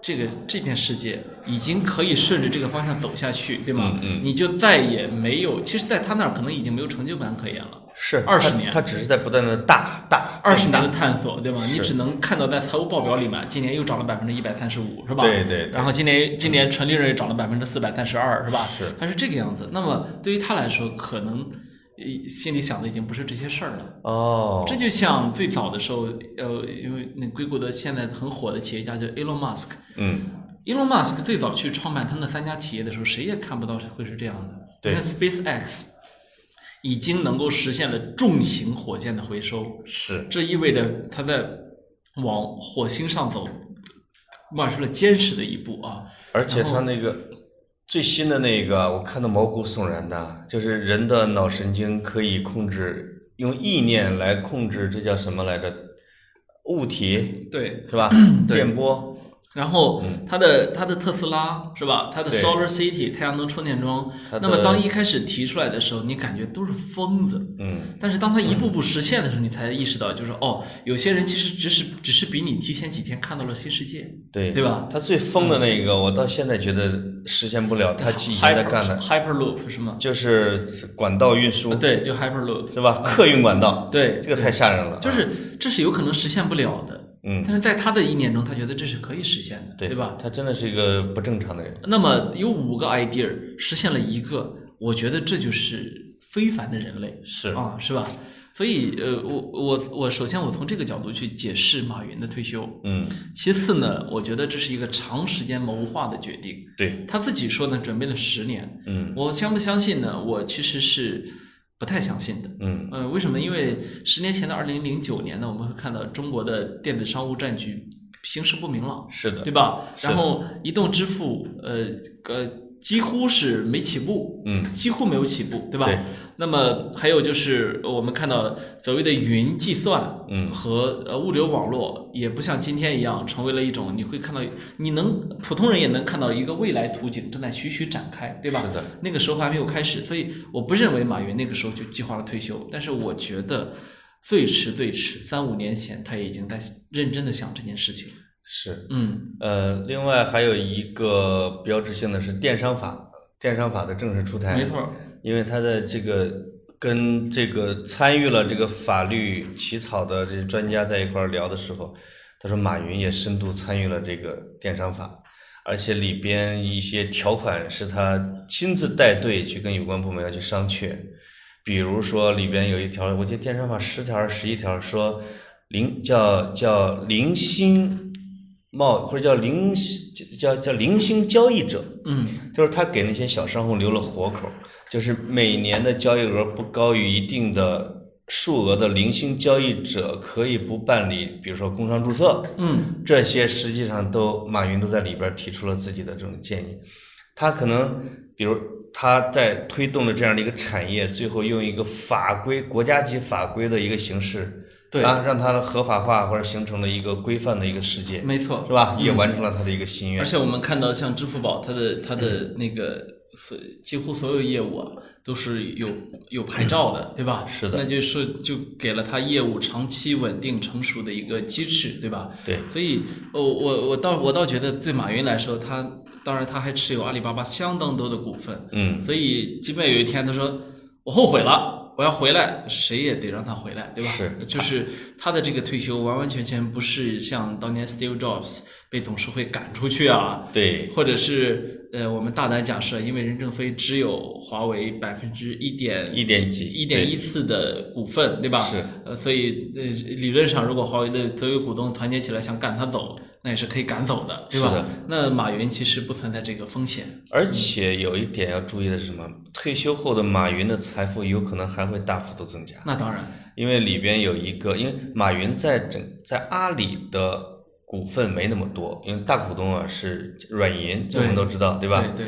Speaker 1: 这个这片世界已经可以顺着这个方向走下去，对吗？
Speaker 2: 嗯嗯
Speaker 1: 你就再也没有，其实，在他那儿可能已经没有成就感可言了。
Speaker 2: 是
Speaker 1: 20
Speaker 2: 他
Speaker 1: 年
Speaker 2: 他只是在不断的大大
Speaker 1: 二十
Speaker 2: 变
Speaker 1: 年
Speaker 2: 大
Speaker 1: 的探索，对吗？你只能看到在财务报表里面，今年又涨了百分之一百三十五，是吧？
Speaker 2: 对对对
Speaker 1: 然后今年今年纯利润也涨了百分之四百三十二，是吧？
Speaker 2: 是。
Speaker 1: 它是这个样子。那么对于他来说，可能呃心里想的已经不是这些事儿了。
Speaker 2: 哦，
Speaker 1: 这就像最早的时候，呃，因为那硅谷的现在很火的企业家叫 Elon Musk。
Speaker 2: 嗯
Speaker 1: Elon Musk 最早去创办他那三家企业的时候，谁也看不到会是这样的。
Speaker 2: 对
Speaker 1: 你看 SpaceX 已经能够实现了重型火箭的回收，
Speaker 2: 是
Speaker 1: 这意味着他在往火星上走，迈出了坚实的一步啊。
Speaker 2: 而且他那个最新的那个，我看到毛骨悚然的，就是人的脑神经可以控制，用意念来控制，这叫什么来着？物体
Speaker 1: 对，
Speaker 2: 是吧？电波，
Speaker 1: 然后它的它的特斯拉是吧？它的
Speaker 2: 嗯对
Speaker 1: Solar City 太阳能充电桩
Speaker 2: 它，的
Speaker 1: 那么当一开始提出来的时候，你感觉都是疯子。
Speaker 2: 嗯，
Speaker 1: 但是当他一步步实现的时候，你才意识到，就是哦，有些人其实只是只是比你提前几天看到了新世界，
Speaker 2: 对
Speaker 1: 对吧？
Speaker 2: 他最疯的那个，我到现在觉得实现不了，他以前在干的
Speaker 1: Hyperloop 是吗？
Speaker 2: 就是管道运输
Speaker 1: 嗯啊，对，就 Hyperloop，
Speaker 2: 是吧？客运管道，
Speaker 1: 对，
Speaker 2: 这个太吓人了，
Speaker 1: 就是这是有可能实现不了的。
Speaker 2: 嗯
Speaker 1: 但是在他的意念中，他觉得这是可以实现的，
Speaker 2: 啊对
Speaker 1: 对吧？？
Speaker 2: 他真的是一个不正常的人，
Speaker 1: 那么有五个 idea 实现了一个，我觉得这就是非凡的人类，
Speaker 2: 是
Speaker 1: 啊，是吧？所以，呃，我我我首先我从这个角度去解释马云的退休，
Speaker 2: 嗯，
Speaker 1: 其次呢，我觉得这是一个长时间谋划的决定。
Speaker 2: 对，
Speaker 1: 他自己说呢，准备了十年，
Speaker 2: 嗯
Speaker 1: 我相不相信呢？我其实是不太相信的。
Speaker 2: 嗯
Speaker 1: 呃，为什么呢？因为十年前的二零零九年呢，我们会看到中国的电子商务战局形势不明朗，
Speaker 2: 是的
Speaker 1: 对，吧？
Speaker 2: 是的
Speaker 1: 然后移动支付，呃呃，几乎是没起步，
Speaker 2: 嗯，
Speaker 1: 几乎没有起步，对吧？
Speaker 2: 对
Speaker 1: 那么还有就是我们看到所谓的云计算，
Speaker 2: 嗯
Speaker 1: 和呃物流网络也不像今天一样成为了一种你会看到，你能普通人也能看到一个未来图景正在徐徐展开，对吧？
Speaker 2: 是的，
Speaker 1: 那个时候还没有开始，所以我不认为马云那个时候就计划了退休，但是我觉得最迟最迟三五年前他已经在认真的想这件事情了。
Speaker 2: 是。
Speaker 1: 嗯，
Speaker 2: 呃，另外还有一个标志性的是电商法，电商法的正式出台，
Speaker 1: 没，错，
Speaker 2: 因为它的这个跟这个参与了这个法律起草的这些专家在一块儿聊的时候，他说马云也深度参与了这个电商法，而且里边一些条款是他亲自带队去跟有关部门要去商榷，比如说里边有一条，我记得电商法十条、十一条说零叫叫零星贸或者叫零叫叫零星交易者，
Speaker 1: 嗯，
Speaker 2: 就是他给那些小商户留了活口，就是每年的交易额不高于一定的数额的零星交易者可以不办理，比如说工商注册，
Speaker 1: 嗯，
Speaker 2: 这些实际上都马云都在里边提出了自己的这种建议。他可能比如他在推动了这样的一个产业，最后用一个法规国家级法规的一个形式，
Speaker 1: 对
Speaker 2: 啊，让它的合法化或者形成了一个规范的一个世界。
Speaker 1: 没错
Speaker 2: 是。吧？也完成了他的一个心愿
Speaker 1: 而。且我们看到，像支付宝，它
Speaker 2: 嗯
Speaker 1: 的它的那个所几乎所有业务啊，都是有有牌照的，对吧？
Speaker 2: 嗯是的
Speaker 1: 那就是就给了它业务长期稳定成熟的一个基础，对吧？
Speaker 2: 对，
Speaker 1: 所以，我我我倒我倒觉得，对马云来说，他当然他还持有阿里巴巴相当多的股份，
Speaker 2: 嗯，
Speaker 1: 所以即便有一天他说我后悔了，我要回来，谁也得让他回来，对吧？
Speaker 2: 是
Speaker 1: 就是他的这个退休完完全全不是像当年 Steve Jobs 被董事会赶出去啊，
Speaker 2: 对，
Speaker 1: 或者是呃，我们大胆假设，因为任正非只有华为百分之一点
Speaker 2: 一点几，
Speaker 1: 一点一四的股份，对吧？
Speaker 2: 是。
Speaker 1: 呃，所以呃，理论上如果华为的所有股东团结起来想赶他走，那也是可以赶走的，对
Speaker 2: 是
Speaker 1: 吧
Speaker 2: 的？
Speaker 1: 那马云其实不存在这个风险。
Speaker 2: 而且有一点要注意的是什么？退休后的马云的财富有可能还会大幅度增加，
Speaker 1: 那当然，
Speaker 2: 因为里边有一个，因为马云在整在阿里的股份没那么多，因为大股东啊是软银，这我们
Speaker 1: 对
Speaker 2: 都知道，对吧？
Speaker 1: 对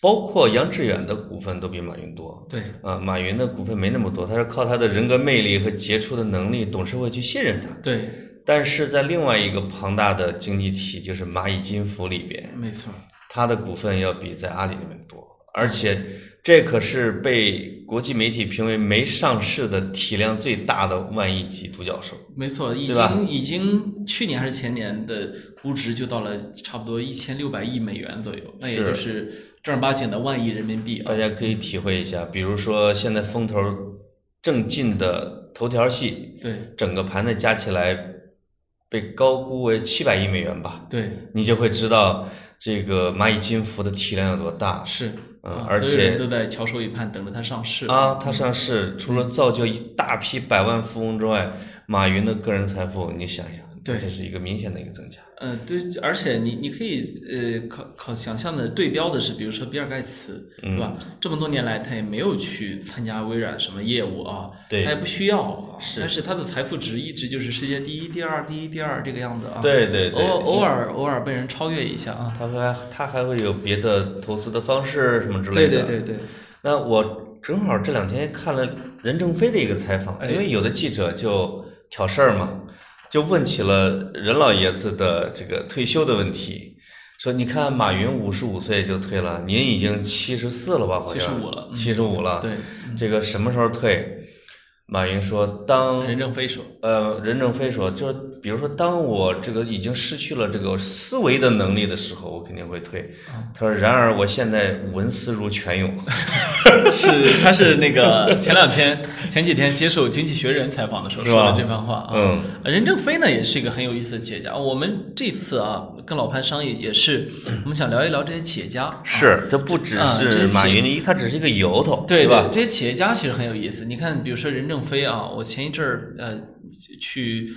Speaker 2: 包括杨致远的股份都比马云多，
Speaker 1: 对
Speaker 2: 啊，马云的股份没那么多，他是靠他的人格魅力和杰出的能力，董事会去信任他。
Speaker 1: 对对，
Speaker 2: 但是在另外一个庞大的经济体，就是蚂蚁金服里边，
Speaker 1: 没错，
Speaker 2: 它的股份要比在阿里里面多，而且这可是被国际媒体评为没上市的体量最大的万亿级独角兽。
Speaker 1: 没错，已
Speaker 2: 对吧
Speaker 1: 经已经去年还是前年的估值就到了差不多一千六百亿美元左右，那也
Speaker 2: 是
Speaker 1: 就是正儿八经的万亿人民币啊
Speaker 2: 大。家可以体会一下，比如说现在风头正劲的头条系，
Speaker 1: 对
Speaker 2: 整个盘子加起来被高估为七百亿美元吧，
Speaker 1: 对
Speaker 2: 你就会知道这个蚂蚁金服的体量有多大。
Speaker 1: 是，
Speaker 2: 嗯
Speaker 1: 啊
Speaker 2: 而
Speaker 1: 所有人
Speaker 2: 且
Speaker 1: 都在翘首以盼，等着它上市。
Speaker 2: 啊，它上市除了造就一大批百万富翁之外，马云的个人财富，你想想，
Speaker 1: 对
Speaker 2: 这是一个明显的一个增加。
Speaker 1: 呃，对，而且你你可以呃考考想象的对标的是，比如说比尔盖茨，
Speaker 2: 嗯
Speaker 1: 对吧？这么多年来，他也没有去参加微软什么业务啊，
Speaker 2: 对
Speaker 1: 他也不需要啊，
Speaker 2: 是
Speaker 1: 但是他的财富值一直就是世界第一、第二、第一、第二这个样子啊，，
Speaker 2: 对对
Speaker 1: 偶
Speaker 2: 对，
Speaker 1: 尔偶尔偶尔被人超越一下啊，
Speaker 2: 他还他还会有别的投资的方式什么之类
Speaker 1: 对
Speaker 2: 的。
Speaker 1: 对对对，
Speaker 2: 那我正好这两天看了任正非的一个采访，
Speaker 1: 哎
Speaker 2: 因为有的记者就挑事儿嘛，就问起了任老爷子的这个退休的问题，说你看马云五十五岁就退了，您已经七十四了吧？好像
Speaker 1: 75了嗯
Speaker 2: 七十五了。
Speaker 1: 对，
Speaker 2: 这个什么时候退？马云说，当
Speaker 1: 任正非说，
Speaker 2: 呃，任正非说，就是比如说，当我这个已经失去了这个思维的能力的时候，我肯定会退。
Speaker 1: 啊
Speaker 2: 他说，然而我现在文思如泉涌。
Speaker 1: 是他是那个 前两天前几天接受《经济学人》采访的时候
Speaker 2: 是
Speaker 1: 说
Speaker 2: 吧
Speaker 1: 的这番话啊。
Speaker 2: 嗯，
Speaker 1: 任正非呢也是一个很有意思的企业家。我们这次啊跟老潘商议也是，我们想聊一聊这些企业家啊。
Speaker 2: 是，这不只
Speaker 1: 啊这
Speaker 2: 是马
Speaker 1: 些
Speaker 2: 云的一，它只是一个由头，
Speaker 1: 对
Speaker 2: 吧？
Speaker 1: 这些企业家其实很有意思。你看，比如说任正非啊，我前一阵儿呃去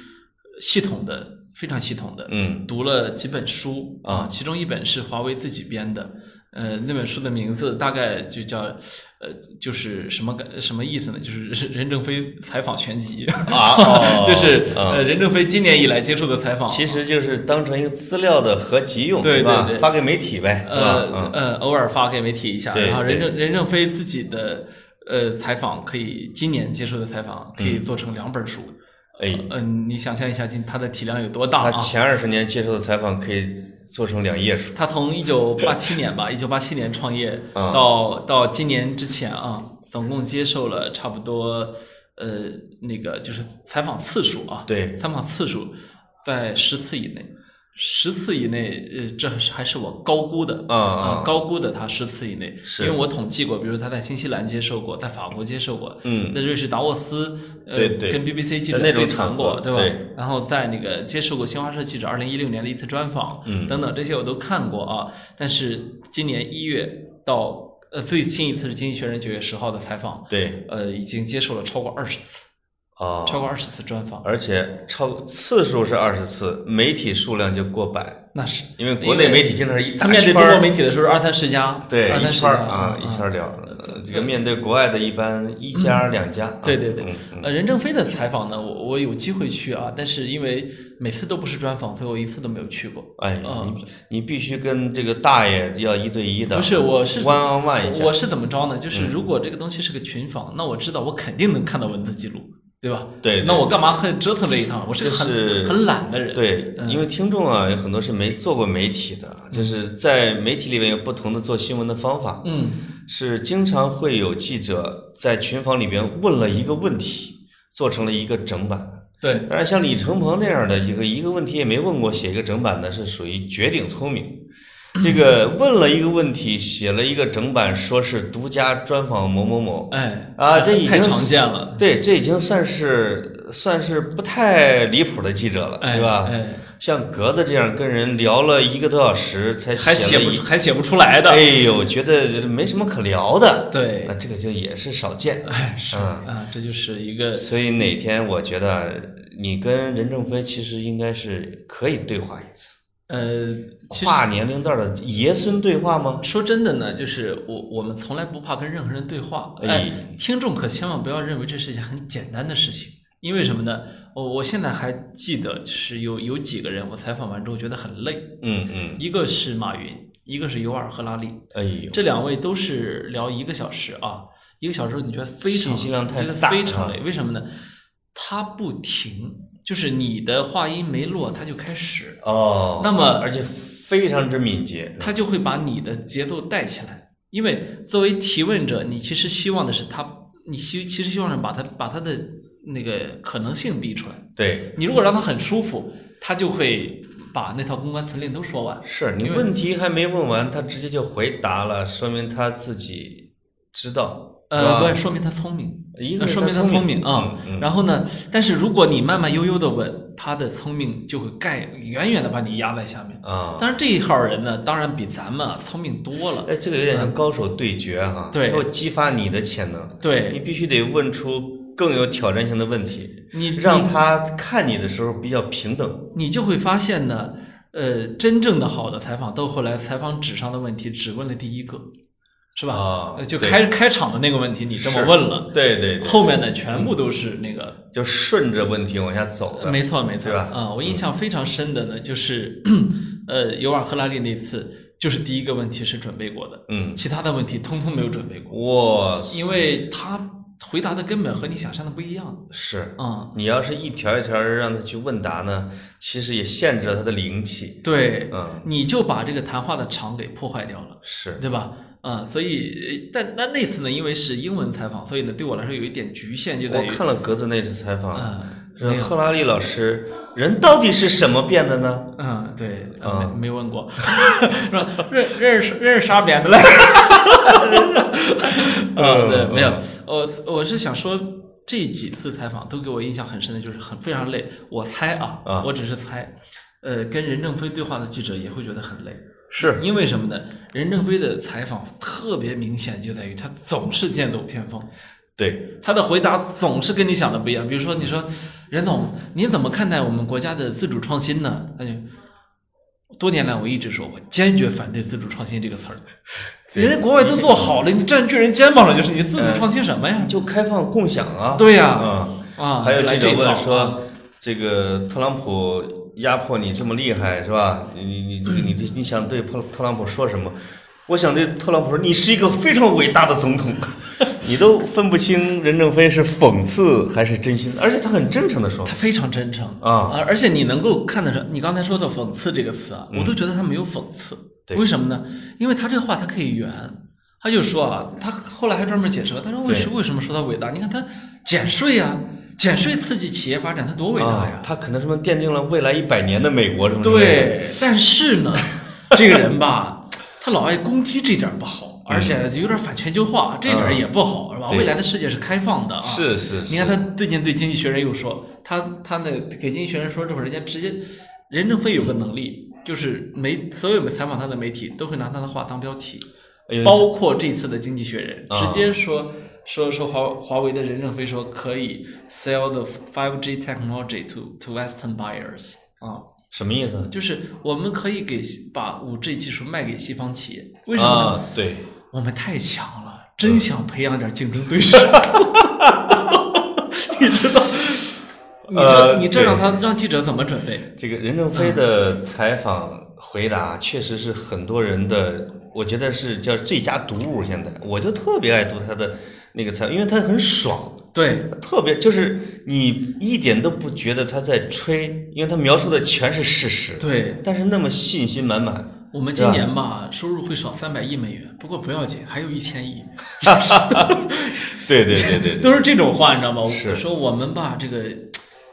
Speaker 1: 系统的非常系统的
Speaker 2: 嗯，
Speaker 1: 读了几本书
Speaker 2: 啊
Speaker 1: 啊，其中一本是华为自己编的，呃，那本书的名字大概就叫，呃，就是什么个什么意思呢？就是 任任正非采访全集，
Speaker 2: 啊，哦
Speaker 1: 就是、
Speaker 2: 嗯
Speaker 1: 呃任正非今年以来接触的采访，
Speaker 2: 其实就是当成一个资料的合集用，
Speaker 1: 对
Speaker 2: 是吧
Speaker 1: 对对
Speaker 2: 发给媒体呗，是吧
Speaker 1: 呃
Speaker 2: 嗯，
Speaker 1: 呃，偶尔发给媒体一下。
Speaker 2: 对
Speaker 1: 然后任正任正非自己的呃采访，可以今年接受的采
Speaker 2: 嗯
Speaker 1: 访可以做成两本书。
Speaker 2: 哎，
Speaker 1: 嗯、你想象一下，今他的体量有多大
Speaker 2: 他
Speaker 1: 啊？
Speaker 2: 前二十年接受的采访可以做成两页书，
Speaker 1: 他从一九八七年吧，一九八七年创业
Speaker 2: 啊
Speaker 1: 到、到今年之前啊，总共接受了差不多呃那个就是采访次数啊，
Speaker 2: 对，
Speaker 1: 采访次数在十次以内，十次以内，呃，这还是还是我高估的
Speaker 2: 啊啊
Speaker 1: 高估的他十次以内，
Speaker 2: 是
Speaker 1: 因为我统计过，比如他在新西兰接受过，在法国接受过，
Speaker 2: 嗯，
Speaker 1: 在瑞士达沃斯，呃，
Speaker 2: 对对
Speaker 1: 跟 BBC 记者
Speaker 2: 在那种
Speaker 1: 对谈
Speaker 2: 场
Speaker 1: 过，
Speaker 2: 合
Speaker 1: 对吧？
Speaker 2: 对
Speaker 1: 然后在那个接受过新华社记者二零一六年的一次专访，嗯，等等这些我都看过啊。但是今年一月到呃最近一次是《经济学人》九月十号的采访，
Speaker 2: 对，
Speaker 1: 呃，已经接受了超过二十次，
Speaker 2: 啊，
Speaker 1: 超过二十次专访。
Speaker 2: 而且超次数是二十次，媒体数量就过百，
Speaker 1: 那是
Speaker 2: 因为国内媒体现在是一
Speaker 1: 他
Speaker 2: 大
Speaker 1: 面对
Speaker 2: 圈
Speaker 1: 中国
Speaker 2: 儿，
Speaker 1: 媒体的时候，二三十家，
Speaker 2: 对
Speaker 1: 二
Speaker 2: 一
Speaker 1: 三十
Speaker 2: 圈
Speaker 1: 家
Speaker 2: 儿啊一圈儿聊，呃这个面对国外的一般一家两家，啊
Speaker 1: 嗯对对对
Speaker 2: 嗯，
Speaker 1: 呃，任正非的采访呢，我我有机会去啊，但是因为每次都不是专访，所以我一次都没有去过。
Speaker 2: 哎，
Speaker 1: 嗯
Speaker 2: 你你必须跟这个大爷要一对一的，
Speaker 1: 不是，我是
Speaker 2: one on one 一下，嗯
Speaker 1: 我是怎么着呢？就是如果这个东西是个群访，那我知道我肯定能看到文字记录，对吧？
Speaker 2: 对对
Speaker 1: 那我干嘛还折腾这一趟？我是个很、
Speaker 2: 就是
Speaker 1: 很懒的人。
Speaker 2: 对，因为听众啊，有很多是没做过媒体的，
Speaker 1: 嗯
Speaker 2: 就是在媒体里面有不同的做新闻的方法，
Speaker 1: 嗯，
Speaker 2: 是经常会有记者在群访里边问了一个问题，做成了一个整版。
Speaker 1: 对，
Speaker 2: 当然，像李承鹏那样的一个一个问题也没问过，写一个整版的是属于绝顶聪明。这个问了一个问题，写了一个整版，说是独家专访某某某，
Speaker 1: 哎
Speaker 2: 啊这已
Speaker 1: 太
Speaker 2: 经
Speaker 1: 常见了，
Speaker 2: 对，这已经算是算是不太离谱的记者了，
Speaker 1: 哎
Speaker 2: 对吧？
Speaker 1: 哎，
Speaker 2: 像格子这样跟人聊了一个多小时才
Speaker 1: 还写
Speaker 2: 写了
Speaker 1: 不
Speaker 2: 一
Speaker 1: 出，还写不出来的。
Speaker 2: 哎呦，觉得没什么可聊的。
Speaker 1: 对
Speaker 2: 那，这个就也是少见。
Speaker 1: 哎是
Speaker 2: 嗯
Speaker 1: 啊，这就是一个
Speaker 2: 所以哪天我觉得你跟任正非其实应该是可以对话一次，
Speaker 1: 呃，其实
Speaker 2: 跨年龄段的爷孙对话吗？
Speaker 1: 说真的呢，就是我我们从来不怕跟任何人对话。
Speaker 2: 哎
Speaker 1: 哎，听众可千万不要认为这是一件很简单的事情，因为什么呢？我我现在还记得，就是有有几个人，我采访完之后觉得很累，
Speaker 2: 嗯嗯，
Speaker 1: 一个是马云，一个是尤尔赫拉利，
Speaker 2: 哎呦，
Speaker 1: 这两位都是聊一个小时啊，一个小时你觉得非常
Speaker 2: 信息量太
Speaker 1: 觉得
Speaker 2: 大啊
Speaker 1: 非常累，为什么呢？他不停，就是你的话音没落，他就开始，
Speaker 2: 哦，
Speaker 1: 那么
Speaker 2: 而且非常之敏捷，
Speaker 1: 他就会把你的节奏带起来。因为作为提问者，你其实希望的是他，你希其实希望是把他把他的那个可能性逼出来。
Speaker 2: 对，
Speaker 1: 你如果让他很舒服，他就会把那套公关词令都说完。
Speaker 2: 是你
Speaker 1: 因为
Speaker 2: 问题还没问完，他直接就回答了，说明他自己知道，
Speaker 1: 呃，
Speaker 2: 是
Speaker 1: 对，
Speaker 2: 吧，
Speaker 1: 说明他聪明，
Speaker 2: 一
Speaker 1: 呃
Speaker 2: 个是
Speaker 1: 说明他聪明啊
Speaker 2: 嗯。嗯
Speaker 1: 然后呢，但是如果你慢慢悠悠的问，他的聪明就会盖远远的把你压在下面。
Speaker 2: 啊，
Speaker 1: 当然这一号人呢，当然比咱们啊聪明多了。
Speaker 2: 哎，这个有点像高手对决哈，
Speaker 1: 呃对
Speaker 2: 它会激发你的潜能，
Speaker 1: 对
Speaker 2: 你必须得问出更有挑战性的问题，
Speaker 1: 你
Speaker 2: 让他看你的时候比较平等，
Speaker 1: 你就会发现呢，呃，真正的好的采访，到后来采访纸上的问题只问了第一个，是吧？
Speaker 2: 啊
Speaker 1: 呃就
Speaker 2: 对
Speaker 1: 开开场的那个问题你这么问了，
Speaker 2: 对对对，
Speaker 1: 后面呢全部都是那个，
Speaker 2: 就顺着问题往下走的，
Speaker 1: 没错没错
Speaker 2: 对吧嗯
Speaker 1: 啊、我印象非常深的呢，就是、 呃尤尔赫拉利那次，就是第一个问题是准备过的，
Speaker 2: 嗯，
Speaker 1: 其他的问题通通没有准备过，
Speaker 2: 哇，
Speaker 1: 因为他回答的根本和你想象的不一样
Speaker 2: 是。
Speaker 1: 啊、
Speaker 2: 你要是一条一条地让他去问答呢，其实也限制了他的灵气。
Speaker 1: 对，
Speaker 2: 嗯，
Speaker 1: 你就把这个谈话的场给破坏掉了。
Speaker 2: 是，
Speaker 1: 对吧？啊、所以呃但那那次呢，因为是英文采访，所以呢，对我来说有一点局限，就在
Speaker 2: 我
Speaker 1: 于
Speaker 2: 看了格子那次采访，
Speaker 1: 啊，
Speaker 2: 说赫拉利老师，人到底是什么变的呢？
Speaker 1: 嗯，对，
Speaker 2: 啊
Speaker 1: 没没问过， 是吧？认认识认识啥扁的嘞？
Speaker 2: 嗯
Speaker 1: 啊，对，没有，我我是想说。这几次采访都给我印象很深的，就是很非常累。我猜啊，
Speaker 2: 啊
Speaker 1: 我只是猜，呃，跟任正非对话的记者也会觉得很累，
Speaker 2: 是，
Speaker 1: 因为什么呢？任正非的采访特别明显，就在于他总是剑走偏锋，
Speaker 2: 对，
Speaker 1: 他的回答总是跟你想的不一样。比如说，你说任总，您怎么看待我们国家的自主创新呢？他就多年来我一直说，我坚决反对“自主创新”这个词儿。
Speaker 2: 对
Speaker 1: 人家国外都做好了，你站巨人肩膀上就是你自主创新什么呀？
Speaker 2: 就开放共享啊。
Speaker 1: 对呀
Speaker 2: 嗯，
Speaker 1: 啊，
Speaker 2: 还有
Speaker 1: 就来
Speaker 2: 记
Speaker 1: 这
Speaker 2: 者
Speaker 1: 一套啊
Speaker 2: 问说，这个特朗普压迫你这么厉害是吧？你你你这个你这你想对特特朗普说什么？我想对特朗普说，你是一个非常伟大的总统， 你都分不清任正非是讽刺还是真心，而且他很真诚的说
Speaker 1: 他，非常真诚
Speaker 2: 啊
Speaker 1: 而且你能够看得出，你刚才说的“讽刺”这个词啊，我都觉得他没有讽刺，
Speaker 2: 嗯对
Speaker 1: 为什么呢？因为他这个话他可以圆，他就说啊，他后来还专门解释了，他说为什为什么说他伟大？你看他减税啊，减税刺激企业发展，他多伟大
Speaker 2: 啊
Speaker 1: 呀！
Speaker 2: 他可能什么奠定了未来一百年的美国什么之类的。
Speaker 1: 对，但是 呢，这个人吧，他老爱攻击，这点儿不好，而且有点反全球化，这点儿也不好，是吧？
Speaker 2: 嗯对
Speaker 1: 未来的世界是开放的啊，
Speaker 2: 是是是
Speaker 1: 你看他最近对《经济学人》又说，他他那给《经济学人》说这会儿，人家直接，任正非有个能力，就是媒所有采访他的媒体都会拿他的话当标题，
Speaker 2: 哎呦
Speaker 1: 包括这次的《经济学人》，
Speaker 2: 啊
Speaker 1: 直接说说说华华为的任正非说可以 sell the 5G technology to to Western buyers 啊，
Speaker 2: 什么意思？
Speaker 1: 就是我们可以给西把五 G 技术卖给西方企业，为什么呢？
Speaker 2: 啊，对，
Speaker 1: 我们太强了，真
Speaker 2: 嗯
Speaker 1: 想培养点竞争对手。 你知 道，你这
Speaker 2: 呃
Speaker 1: 你这
Speaker 2: 对
Speaker 1: 让他让记者怎么准备？
Speaker 2: 这个任正非的采访回答确实是很多人的，我觉得是叫最佳读物。现在我就特别爱读他的那个采访，因为他很爽，
Speaker 1: 对
Speaker 2: 特别就是你一点都不觉得他在吹，因为他描述的全是事实，
Speaker 1: 对，
Speaker 2: 但是那么信心满满。
Speaker 1: 我们
Speaker 2: 对啊
Speaker 1: 今
Speaker 2: 吧
Speaker 1: 年吧收入会少三百亿美元，不过不要紧，还有一千亿。
Speaker 2: 对对 对对，
Speaker 1: 都是这种话，你知道吗？
Speaker 2: 是
Speaker 1: 我说我们吧，这个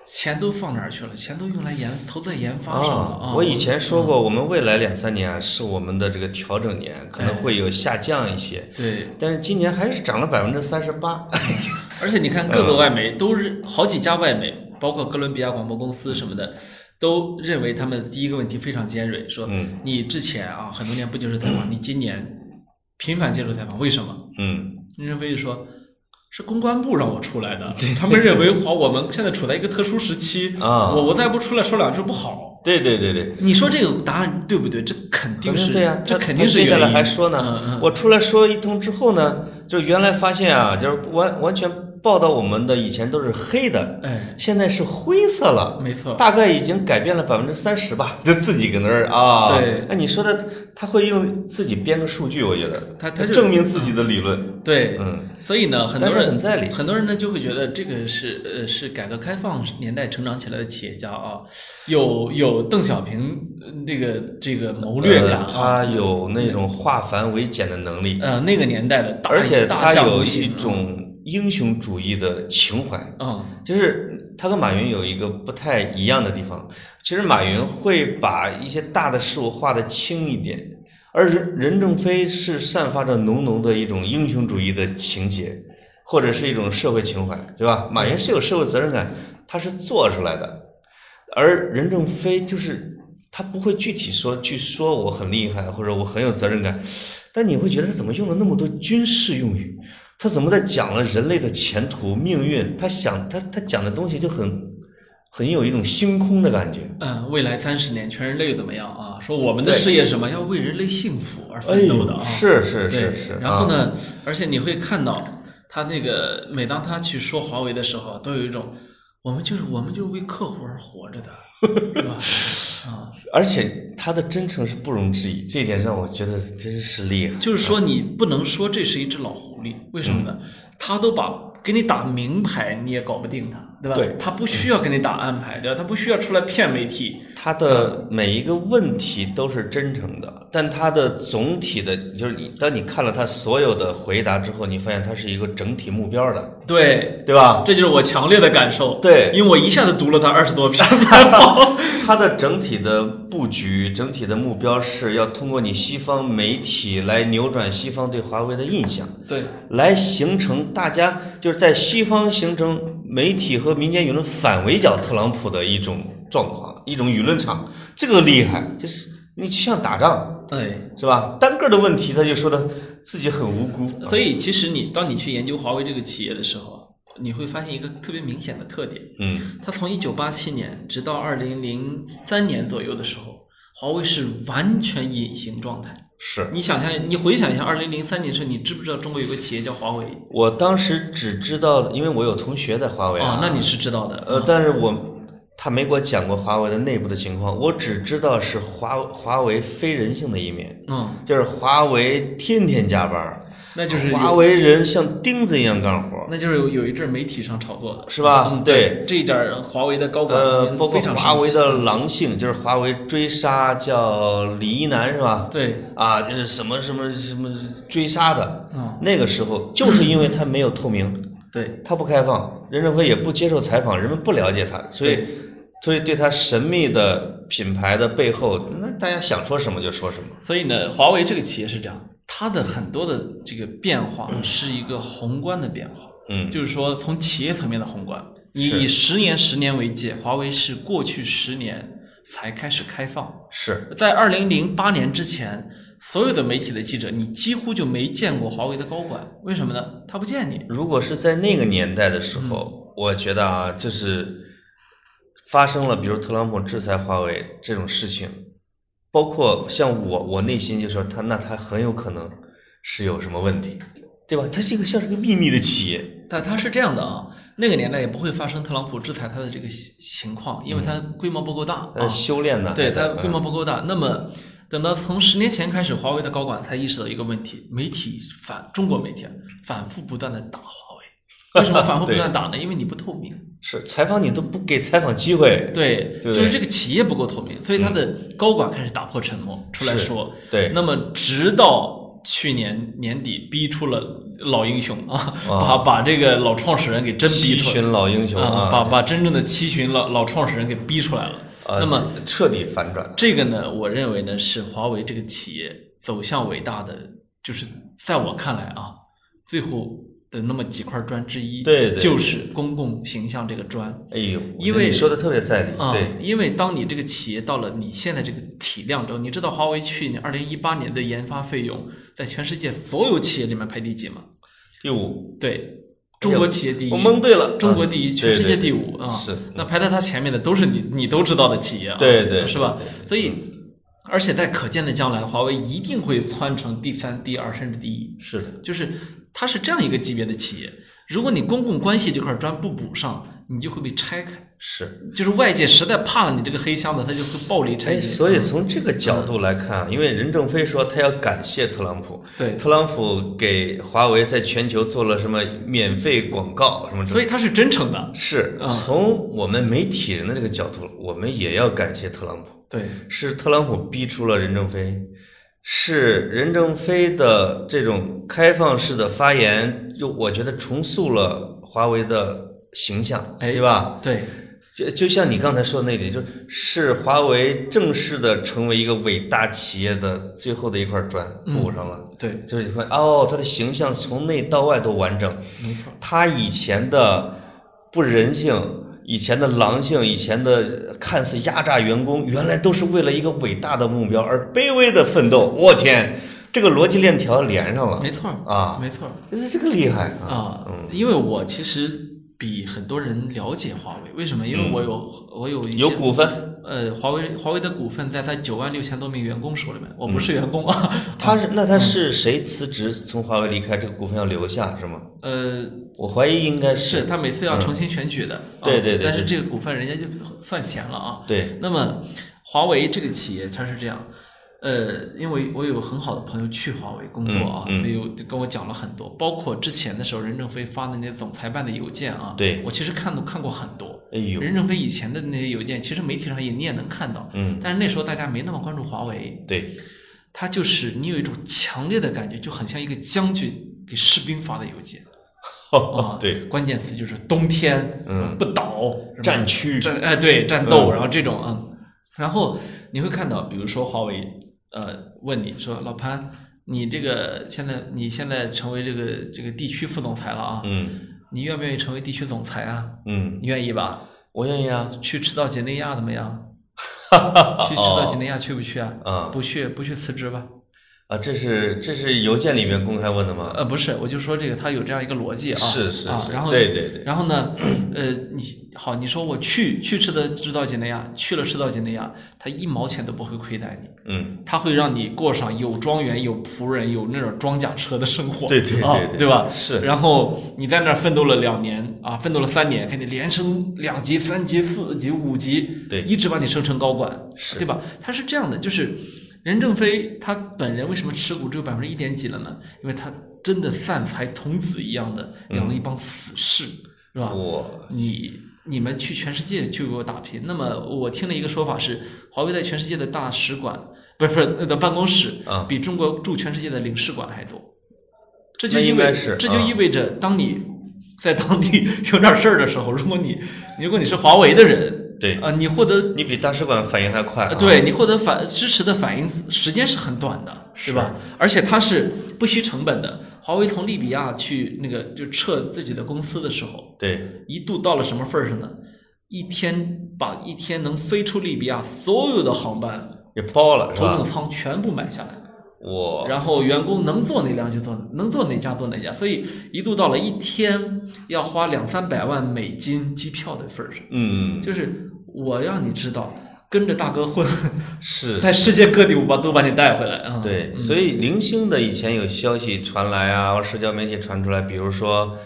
Speaker 1: 钱都放哪儿去了？钱都用来研投资在研发上了啊！
Speaker 2: 我以前说过，我们未来两三年啊是我们的这个调整年，可能会有下降一些，
Speaker 1: 对，
Speaker 2: 但是今年还是涨了百分之三十八。
Speaker 1: 而且你看
Speaker 2: 嗯
Speaker 1: 各个外媒都是好几家外媒，包括哥伦比亚广播公司什么的。都认为他们的第一个问题非常尖锐，说
Speaker 2: 嗯
Speaker 1: 你之前啊很多年不接受采访，你今年频繁接受采访，为什么？
Speaker 2: 嗯，
Speaker 1: 任正非说，是公关部让我出来 的，他们认为好，我们现在处在一个特殊时期
Speaker 2: 啊
Speaker 1: 我我再不出来说两句不好，
Speaker 2: 对对对对，
Speaker 1: 你说这个答案对不对？这肯定是
Speaker 2: 对呀、
Speaker 1: 这
Speaker 2: 他
Speaker 1: 肯定
Speaker 2: 他
Speaker 1: 是
Speaker 2: 接下
Speaker 1: 原
Speaker 2: 来
Speaker 1: 因
Speaker 2: 还说呢，
Speaker 1: 嗯嗯
Speaker 2: 我出来说一通之后呢，就是原来发现啊，就是完完全报道我们的以前都是黑的，
Speaker 1: 哎，
Speaker 2: 现在是灰色了。
Speaker 1: 没错，
Speaker 2: 大概已经改变了百分之三十吧，就自己搁那儿啊。
Speaker 1: 对
Speaker 2: 那你说的，他会用自己编个数据，我觉得
Speaker 1: 他他就
Speaker 2: 证明自己的理论，
Speaker 1: 对，
Speaker 2: 嗯，
Speaker 1: 所以呢，很
Speaker 2: 但
Speaker 1: 多
Speaker 2: 是
Speaker 1: 人
Speaker 2: 很在理。
Speaker 1: 很多人呢就会觉得这个是呃是改革开放年代成长起来的企业家啊，有有邓小平呃这个这个谋略感
Speaker 2: 呃
Speaker 1: 啊，
Speaker 2: 他有那种化繁为简的能力，
Speaker 1: 呃那个年代的大
Speaker 2: 而且
Speaker 1: 大
Speaker 2: 他
Speaker 1: 项
Speaker 2: 有
Speaker 1: 目嗯
Speaker 2: 一
Speaker 1: 型
Speaker 2: 种英雄主义的情怀。
Speaker 1: 嗯
Speaker 2: 就是他跟马云有一个不太一样的地方，其实马云会把一些大的事物画得轻一点，而任任正非是散发着浓浓的一种英雄主义的情节，或者是一种社会情怀，对吧？马云是有社会责任感，他是做出来的，而任正非就是他不会具体说去说我很厉害或者我很有责任感，但你会觉得他怎么用了那么多军事用语？他怎么在讲了人类的前途命运？他想他他讲的东西就很很有一种星空的感觉。
Speaker 1: 嗯，未来三十年全人类怎么样啊？说我们的
Speaker 2: 对哎
Speaker 1: 事业是什么要为人类幸福而奋斗的啊，
Speaker 2: 是是
Speaker 1: 对，
Speaker 2: 是是。
Speaker 1: 然后
Speaker 2: 啊？
Speaker 1: 呢，而且你会看到他那个，每当他去说华为的时候，都有一种我们就是我们就是为客户而活着的，是吧？啊，
Speaker 2: 而且他的真诚是不容置疑，这一点让我觉得真是厉害。
Speaker 1: 就是说你不能说这是一只老狐狸，为什么呢？
Speaker 2: 嗯
Speaker 1: 他都把给你打明牌，你也搞不定他，对吧？
Speaker 2: 对
Speaker 1: 他不需要给你打暗牌，对吧？他不需要出来骗媒体，
Speaker 2: 他的每一个问题都是真诚的，但他的总体的，就是你当你看了他所有的回答之后，你发现他是一个整体目标的，
Speaker 1: 对。
Speaker 2: 对吧？
Speaker 1: 这就是我强烈的感受，
Speaker 2: 对
Speaker 1: 因为我一下子读了他二十多 篇，然后
Speaker 2: 它的整体的布局、整体的目标是要通过你西方媒体来扭转西方对华为的印象，
Speaker 1: 对，
Speaker 2: 来形成大家就是在西方形成媒体和民间舆论反围剿特朗普的一种状况、一种舆论场。这个厉害，就是你就像打仗
Speaker 1: 对，
Speaker 2: 是吧？单个的问题他就说的自己很无辜，
Speaker 1: 所以，其实你当你去研究华为这个企业的时候，你会发现一个特别明显的特点：
Speaker 2: 嗯，
Speaker 1: 它从一九八七年直到二零零三年左右的时候，华为是完全隐形状态。
Speaker 2: 是。
Speaker 1: 你想象，你回想一下，二零零三年的时候，你知不知道中国有个企业叫华为？
Speaker 2: 我当时只知道，因为我有同学在华为啊，
Speaker 1: 哦，那你是知道的。
Speaker 2: 呃，但是我他没给我讲过华为的内部的情况，我只知道是华华为非人性的一面，
Speaker 1: 嗯，
Speaker 2: 就是华为天天加班儿，
Speaker 1: 那就是
Speaker 2: 华
Speaker 1: 有，
Speaker 2: 为人像钉子一样干活儿。
Speaker 1: 那就是有有一阵媒体上炒作的，
Speaker 2: 是吧
Speaker 1: 嗯，
Speaker 2: 对
Speaker 1: 这一点儿华为的高管
Speaker 2: 呃，包括
Speaker 1: 非常
Speaker 2: 华
Speaker 1: 生
Speaker 2: 为
Speaker 1: 气。
Speaker 2: 的狼性，就是华为追杀叫李一男是吧？
Speaker 1: 对，
Speaker 2: 啊，就是什么什么什么追杀的，
Speaker 1: 嗯，
Speaker 2: 那个时候就是因为他没有透明，
Speaker 1: 对，
Speaker 2: 他不开放，任正非也不接受采访，人们不了解他，所以
Speaker 1: 对
Speaker 2: 所以对他神秘的品牌的背后，那大家想说什么就说什么。
Speaker 1: 所以呢，华为这个企业是这样，它的很多的这个变化是一个宏观的变化，
Speaker 2: 嗯，
Speaker 1: 就是说从企业层面的宏观，你以十年十年为界，华为是过去十年才开始开放，
Speaker 2: 是
Speaker 1: 在二零零八年之前，所有的媒体的记者你几乎就没见过华为的高管，为什么呢？他不见你，嗯
Speaker 2: 如果是在那个年代的时候，我觉得啊，就是发生了，比如特朗普制裁华为这种事情，包括像我，我内心就说他那他很有可能是有什么问题，对吧？它是一个像是个秘密的企业，
Speaker 1: 但它是这样的啊，那个年代也不会发生特朗普制裁它的这个情情况，因为它
Speaker 2: 嗯
Speaker 1: 规模不够大啊。
Speaker 2: 它呃修炼哎呢，
Speaker 1: 对，
Speaker 2: 还
Speaker 1: 它
Speaker 2: 得
Speaker 1: 规模不够大。那么，等到从十年前开始，华为的高管才意识到一个问题：媒体反中国媒体啊反复不断的打华为，为什么反复不 断地打呢？因为你不透明，
Speaker 2: 是采访你都不给采访机会，
Speaker 1: 对，
Speaker 2: 对嗯
Speaker 1: 就是这个企业不够透明，所以他的高管开始打破沉默出来
Speaker 2: 是
Speaker 1: 说。
Speaker 2: 对
Speaker 1: 那么直到去年年底，逼出了老英雄啊，把把这个老创始人给真逼
Speaker 2: 七
Speaker 1: 出来了。
Speaker 2: 群老英雄
Speaker 1: 啊，
Speaker 2: 啊，
Speaker 1: 把把真正的七群老老创始人给逼出来了。
Speaker 2: 呃
Speaker 1: 那么
Speaker 2: 这彻底反转，
Speaker 1: 这个呢，我认为呢是华为这个企业走向伟大的，就是在我看来啊，最后的那么几块砖之一，
Speaker 2: 对对
Speaker 1: 就是公共形象这个砖。
Speaker 2: 哎呦，我觉
Speaker 1: 因
Speaker 2: 得
Speaker 1: 为
Speaker 2: 你说的特别在理，
Speaker 1: 啊
Speaker 2: 对，，
Speaker 1: 因为当你这个企业到了你现在这个体量之后，你知道华为去年二零一八年的研发费用在全世界所有企业里面排第几吗？
Speaker 2: 第五，
Speaker 1: 对，中国企业第一，
Speaker 2: 哎我蒙对了，
Speaker 1: 中国第一，
Speaker 2: 啊
Speaker 1: 全世界
Speaker 2: 对对
Speaker 1: 第五啊！
Speaker 2: 是
Speaker 1: 那排在他前面的都是你你都知道的企业啊，
Speaker 2: 对对
Speaker 1: 是吧？所以，而且在可见的将来，华为一定会窜成第三、第二，甚至第一。
Speaker 2: 是的，
Speaker 1: 就是它是这样一个级别的企业，如果你公共关系这块砖不补上，你就会被拆开。
Speaker 2: 是。
Speaker 1: 就是外界实在怕了你这个黑箱子，他就会暴力拆
Speaker 2: 哎，
Speaker 1: 解。嗯
Speaker 2: 所以从这个角度来看，啊，因为任正非说他要感谢特朗普，
Speaker 1: 对
Speaker 2: 特朗普给华为在全球做了什么免费广告什么之类
Speaker 1: 所以啊他是真诚的
Speaker 2: 的，，是从我们媒体人的这个角度，我们也要感谢特朗普，
Speaker 1: 对
Speaker 2: 是特朗普逼出了任正非，是任正非的这种开放式的发言，就我觉得重塑了华为的形象，
Speaker 1: 哎
Speaker 2: 对吧？
Speaker 1: 对
Speaker 2: 就就像你刚才说的那点，就是华为正式的成为一个伟大企业的最后的一块砖补上了，
Speaker 1: 对，
Speaker 2: 就是你看哦，它的形象从内到外都完整，
Speaker 1: 没错，
Speaker 2: 它以前的不人性。以前的狼性，以前的呃看似压榨员工，原来都是为了一个伟大的目标而卑微的奋斗。我天，这个逻辑链条连上了
Speaker 1: 没错
Speaker 2: 啊！
Speaker 1: 没错。
Speaker 2: 这是这个厉害啊！
Speaker 1: 啊，因为我其实比很多人了解华为，为什么？因为我有、我有一些
Speaker 2: 嗯有股份，
Speaker 1: 呃，华为华为的股份在他九万六千多名员工手里面，我
Speaker 2: 嗯
Speaker 1: 不是员工啊，
Speaker 2: 他是那他是谁辞职从华为离开，这个股份要留下是吗？
Speaker 1: 呃，
Speaker 2: 我怀疑应该是
Speaker 1: 是他每次要重新选举的，啊
Speaker 2: 对对对
Speaker 1: 但是
Speaker 2: 对
Speaker 1: 这个股份人家就算钱了啊。
Speaker 2: 对，
Speaker 1: 那么华为这个企业它是这样，呃，因为我有很好的朋友去华为工作
Speaker 2: 嗯
Speaker 1: 啊，所以我就跟我讲了很多，包括之前的时候任正非发的那些总裁办的邮件啊，
Speaker 2: 对
Speaker 1: 我其实看都看过很多。
Speaker 2: 哎呦，
Speaker 1: 任正非以前的那些邮件，其实媒体上也你也能看到，
Speaker 2: 嗯，
Speaker 1: 但是那时候大家没那么关注华为，
Speaker 2: 对，
Speaker 1: 他就是你有一种强烈的感觉，就很像一个将军给士兵发的邮 件啊，
Speaker 2: 哦对，
Speaker 1: 关键词就是冬天，
Speaker 2: 嗯，
Speaker 1: 不倒，什么
Speaker 2: 战区
Speaker 1: 战，哎，对，战斗，
Speaker 2: 嗯
Speaker 1: 然后这种啊，然后你会看到，比如说华为，呃，问你说老潘，你这个现在你现在成为这个这个地区副总裁了啊，
Speaker 2: 嗯
Speaker 1: 你愿不愿意成为地区总裁啊？
Speaker 2: 嗯，
Speaker 1: 你愿意吧？
Speaker 2: 我愿意啊，
Speaker 1: 去赤道几内亚怎么 样？去赤道几内亚去不去啊？
Speaker 2: 啊
Speaker 1: 不去，不去辞职吧？
Speaker 2: 啊，这是这是邮件里面公开问的吗？
Speaker 1: 呃，不是，我就说这个，他有这样一个逻辑啊。
Speaker 2: 是是
Speaker 1: 啊
Speaker 2: 是，
Speaker 1: 然后
Speaker 2: 对对对
Speaker 1: 然后呢，呃，你好，你说我去去赤道赤道几内亚，去了赤道几内亚，他一毛钱都不会亏待你，
Speaker 2: 嗯，
Speaker 1: 他会让你过上有庄园、有仆人、有那种装甲车的生活。
Speaker 2: 对对
Speaker 1: 啊
Speaker 2: 对对
Speaker 1: 对吧？
Speaker 2: 是
Speaker 1: 然后你在那儿奋斗了两年啊，奋斗了三年，看你连升两级、三级、四级、五级，
Speaker 2: 对
Speaker 1: 一直把你升成高管，
Speaker 2: 是
Speaker 1: 对吧？他是这样的，就是任正非他本人为什么持股只有百分之一点几了呢？因为他真的散财童子一样的养了一帮死士，是吧？
Speaker 2: 我
Speaker 1: 你你们去全世界去给我打拼。那么我听了一个说法是，华为在全世界的大使馆，不是不是呃的办公室
Speaker 2: 啊，
Speaker 1: 比中国驻全世界的领事馆还多。这就
Speaker 2: 那
Speaker 1: 意
Speaker 2: 应
Speaker 1: 味
Speaker 2: 该是
Speaker 1: 这就
Speaker 2: 啊
Speaker 1: 意味着，当你在当地有点事儿的时候，如果你如果你是华为的人，
Speaker 2: 对
Speaker 1: 啊、你获得
Speaker 2: 你比大使馆反应还快、啊，
Speaker 1: 呃，对你获得反支持的反应时间是很短的，对吧？而且它是不惜成本的。华为从利比亚去那个就撤自己的公司的时候，
Speaker 2: 对，
Speaker 1: 一度到了什么份儿上呢？一天把一天能飞出利比亚所有的航班
Speaker 2: 也包了是
Speaker 1: 头等
Speaker 2: 吧？
Speaker 1: 舱全部买下来，
Speaker 2: 我
Speaker 1: 然后员工能坐哪辆就坐，能坐哪家坐哪家，所以一度到了一天要花两三百万美金机票的份儿上，
Speaker 2: 嗯，
Speaker 1: 就是。我让你知道，跟着大哥混，
Speaker 2: 是嗯
Speaker 1: 在世界各地我把都把你带回来啊。
Speaker 2: 对，所以零星的以前有消息传来啊，或者社交媒体传出来，比如说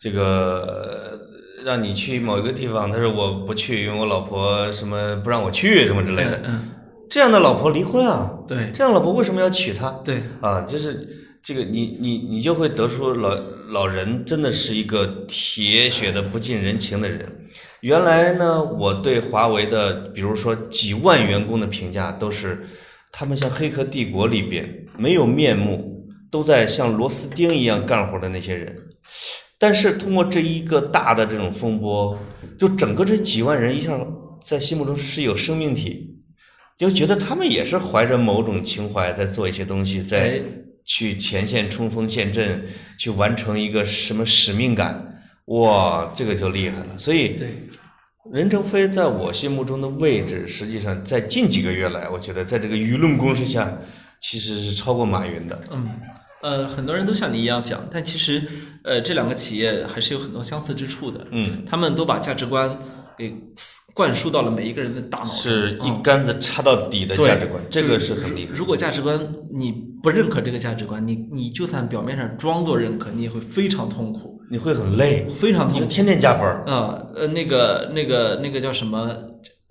Speaker 2: 这个呃让你去某一个地方，他说我不去，因为我老婆什么不让我去什么之类的
Speaker 1: 嗯，，嗯，
Speaker 2: 这样的老婆离婚啊，
Speaker 1: 对嗯
Speaker 2: 这样的老婆为什么要娶她
Speaker 1: 对，
Speaker 2: 啊？就是这个你你你就会得出老老人真的是一个铁血的不近人情的人。原来呢，我对华为的，比如说几万员工的评价都是，他们像《黑客帝国》里边没有面目，都在像螺丝钉一样干活的那些人。但是通过这一个大的这种风波，就整个这几万人一下在心目中是有生命体，就觉得他们也是怀着某种情怀在做一些东西，在
Speaker 1: 哎
Speaker 2: 去前线冲锋陷阵，去完成一个什么使命感。哇，这个就厉害了。所以
Speaker 1: 对，
Speaker 2: 任正非在我心目中的位置，实际上在近几个月来，我觉得在这个舆论攻势下，其实是超过马云的。
Speaker 1: 嗯，呃，很多人都像你一样想，但其实，呃，这两个企业还是有很多相似之处的。
Speaker 2: 嗯，
Speaker 1: 他们都把价值观给灌输到了每一个人的大脑中，
Speaker 2: 是
Speaker 1: 嗯
Speaker 2: 一竿子插到底的
Speaker 1: 对
Speaker 2: 价值观，这个
Speaker 1: 就是
Speaker 2: 很厉害。
Speaker 1: 如果价值观你不认可这个价值观，你你就算表面上装作认可，你也会非常痛苦，
Speaker 2: 你会很累，
Speaker 1: 非常
Speaker 2: 你
Speaker 1: 痛
Speaker 2: 会
Speaker 1: 苦。
Speaker 2: 天天加班儿。嗯
Speaker 1: 啊，呃，那个那个那个叫什么？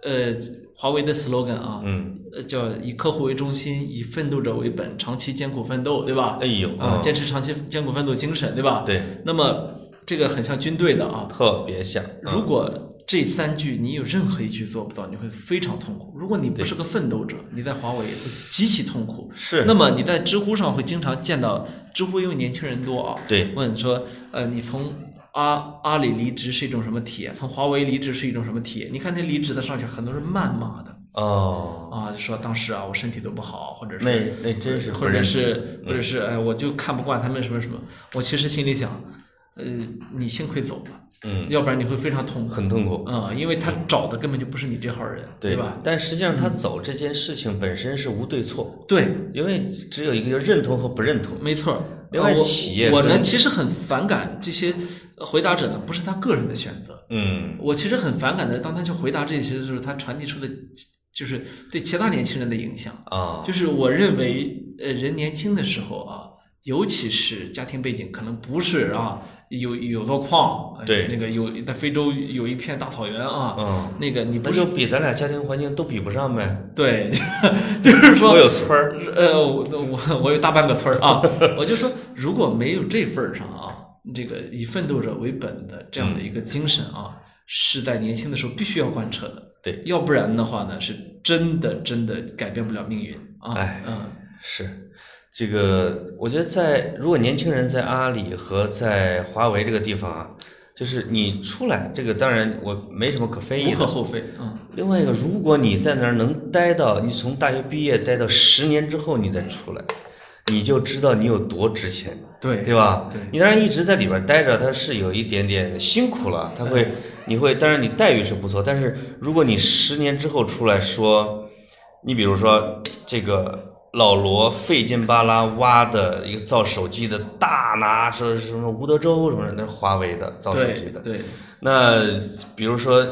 Speaker 1: 呃，华为的 slogan 啊，
Speaker 2: 嗯，
Speaker 1: 呃叫以客户为中心，以奋斗者为本，长期艰苦奋斗，对吧？
Speaker 2: 哎呦，
Speaker 1: 啊、
Speaker 2: 嗯
Speaker 1: 坚持长期艰苦奋斗精神，对吧？。
Speaker 2: 对，
Speaker 1: 那么这个很像军队的啊，
Speaker 2: 特别像。
Speaker 1: 如果这三句你有任何一句做不到，你会非常痛苦。如果你不是个奋斗者，你在华为会极其痛苦。
Speaker 2: 是
Speaker 1: 那么你在知乎上会经常见到，知乎因为年轻人多啊，
Speaker 2: 对，
Speaker 1: 问说，呃，你从阿阿里离职是一种什么帖？从华为离职是一种什么帖？你看那离职的上去，很多人谩骂的
Speaker 2: 哦，
Speaker 1: 啊，就说当时啊我身体都不好，或者是
Speaker 2: 那那真是不
Speaker 1: 或者
Speaker 2: 认识
Speaker 1: 是或者是哎，我就看不惯他们什么什么。我其实心里想，呃，你幸亏走了，
Speaker 2: 嗯，
Speaker 1: 要不然你会非常痛苦。
Speaker 2: 很痛苦。
Speaker 1: 啊、因为他找的根本就不是你这号人，对吧？？
Speaker 2: 但实际上他走这件事情本身是无对错，
Speaker 1: 对，
Speaker 2: 因为只有一个叫认同和不认同。
Speaker 1: 没错儿。
Speaker 2: 另外
Speaker 1: 呃我
Speaker 2: 企业
Speaker 1: 我呢
Speaker 2: 跟
Speaker 1: 其实很反感这些呃回答者呢，不是他个人的选择。
Speaker 2: 嗯，
Speaker 1: 我其实很反感的，当他去回答这些的时候，他传递出的就是对其他年轻人的影响。
Speaker 2: 啊，
Speaker 1: 就是我认为，呃，人年轻的时候啊，尤其是家庭背景可能不是啊，有有座矿，呃
Speaker 2: 对
Speaker 1: 那个有在非洲有一片大草原啊，
Speaker 2: 嗯，
Speaker 1: 那个你
Speaker 2: 那
Speaker 1: 不是
Speaker 2: 就比咱俩家庭环境都比不上呗。
Speaker 1: 对， 就是说
Speaker 2: 我有村儿，
Speaker 1: 呃，我我我有大半个村儿啊，我就说如果没有这份儿上啊，这个以奋斗者为本的这样的一
Speaker 2: 嗯
Speaker 1: 个精神啊，是在年轻的时候必须要贯彻的。
Speaker 2: 对，
Speaker 1: 要不然的话呢，是真的真的改变不了命运啊。
Speaker 2: 哎
Speaker 1: 嗯，
Speaker 2: 是这个，我觉得在如果年轻人在阿里和在华为这个地方啊，就是你出来，这个当然我没什么可非
Speaker 1: 无
Speaker 2: 议
Speaker 1: 可
Speaker 2: 的。
Speaker 1: 厚非。嗯，
Speaker 2: 另外一个，如果你在那儿能待到你从大学毕业待到十年之后你再出来，你就知道你有多值钱。
Speaker 1: 对
Speaker 2: 对吧？
Speaker 1: 对
Speaker 2: 你当然一直在里边待着，它是有一点点辛苦了，它会，你会，当然你待遇是不错，但是如果你十年之后出来说，你比如说这个老罗费劲巴拉挖的一个造手机的大拿，说是什么吴德州什么的，那是华为的造手机
Speaker 1: 对
Speaker 2: 的，
Speaker 1: 对
Speaker 2: 那比如说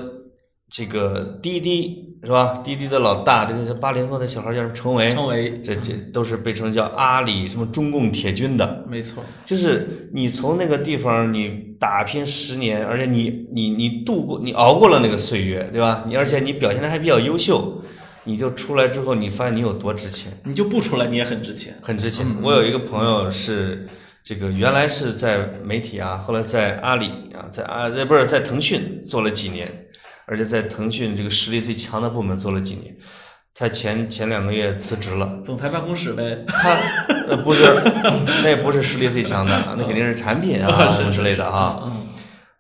Speaker 2: 这个滴滴是吧？滴滴的老大，这个是八零后的小孩叫什么程维，
Speaker 1: 成为
Speaker 2: 这这都是被称叫阿里什么中共铁军的。
Speaker 1: 没错。
Speaker 2: 就是你从那个地方你打拼十年，而且你你你度过你熬过了那个岁月，对吧？你而且你表现的还比较优秀，你就出来之后，你发现你有多值钱，
Speaker 1: 你就不出来，你也很值钱。
Speaker 2: 很值钱。我有一个朋友是这个原来是在媒体啊，后来在阿里啊，在阿呃不是在腾讯做了几年，而且在腾讯这个实力最强的部门做了几年。他前前两个月辞职了，
Speaker 1: 总裁办公室呗，
Speaker 2: 他呃不是，那也不是实力最强的，那肯定是产品啊什么之类的啊。
Speaker 1: 嗯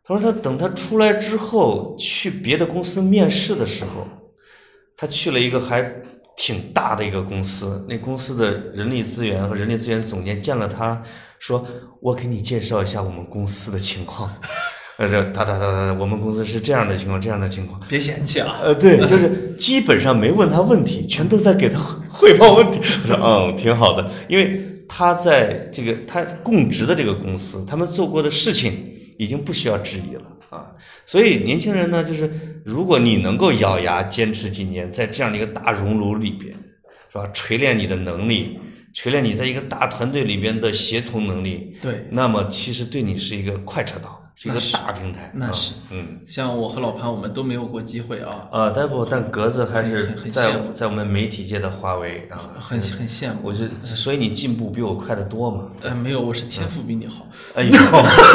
Speaker 2: 他说他等他出来之后，去别的公司面试的时候，他去了一个还挺大的一个公司，那公司的人力资源和人力资源总监见了他，说：“我给你介绍一下我们公司的情况。”呃，这哒哒哒哒，我们公司是这样的情况，这样的情况。
Speaker 1: 别嫌弃啊。
Speaker 2: 呃，对，就是基本上没问他问题，全都在给他汇报问题。他说：“嗯，挺好的，因为他在这个他供职的这个公司，他们做过的事情已经不需要质疑了。”啊。所以年轻人呢，就是如果你能够咬牙坚持几年，在这样的一个大熔炉里边，是吧？锤炼你的能力，锤炼你在一个大团队里边的协同能力，
Speaker 1: 对，
Speaker 2: 那么其实对你是一个快车道，是一个大平台。
Speaker 1: 那是
Speaker 2: 啊，嗯。
Speaker 1: 像我和老潘，我们都没有过机会啊，
Speaker 2: 啊，但不，但格子还是
Speaker 1: 很很羡
Speaker 2: 在
Speaker 1: 慕
Speaker 2: 在我们媒体界的华为啊，
Speaker 1: 很很羡慕。
Speaker 2: 我是所以你进步比我快得多嘛。
Speaker 1: 呃，没有，我是天赋比你好。
Speaker 2: 哎呦，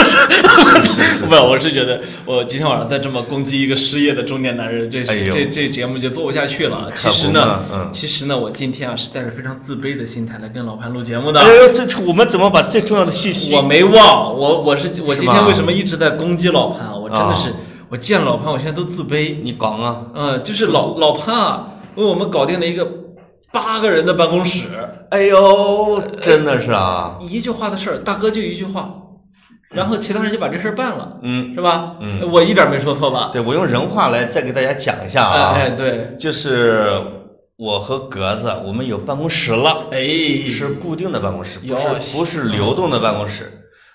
Speaker 2: 是是是，
Speaker 1: 不，我是觉得我今天晚上再这么攻击一个失业的中年男人，这、
Speaker 2: 哎呦
Speaker 1: 这这节目就做不下去了。其实
Speaker 2: 可
Speaker 1: 呢
Speaker 2: 不，嘛嗯
Speaker 1: 其实呢，我今天啊是带着非常自卑的心态来跟老潘录节目的。
Speaker 2: 哎呦，这这我们怎么把最重要的信息
Speaker 1: 我没忘，我我是我今
Speaker 2: 是吧
Speaker 1: 天为什么一直在攻击老潘啊？我真的是，
Speaker 2: 啊
Speaker 1: 我见老潘，我现在都自卑。
Speaker 2: 你讲啊？
Speaker 1: 呃，就是老老潘啊，为我们搞定了一个八个人的办公室，
Speaker 2: 哎呦，真的是啊，
Speaker 1: 一句话的事儿，大哥就一句话，然后其他人就把这事儿办了，
Speaker 2: 嗯，
Speaker 1: 是吧？
Speaker 2: 嗯，
Speaker 1: 我一点没说错吧？
Speaker 2: 对我用人话来再给大家讲一下啊，
Speaker 1: 哎哎，对，
Speaker 2: 就是我和格子，我们有办公室了，
Speaker 1: 哎，
Speaker 2: 是固定的办公室，不
Speaker 1: 哟
Speaker 2: 是不是流动的办公室，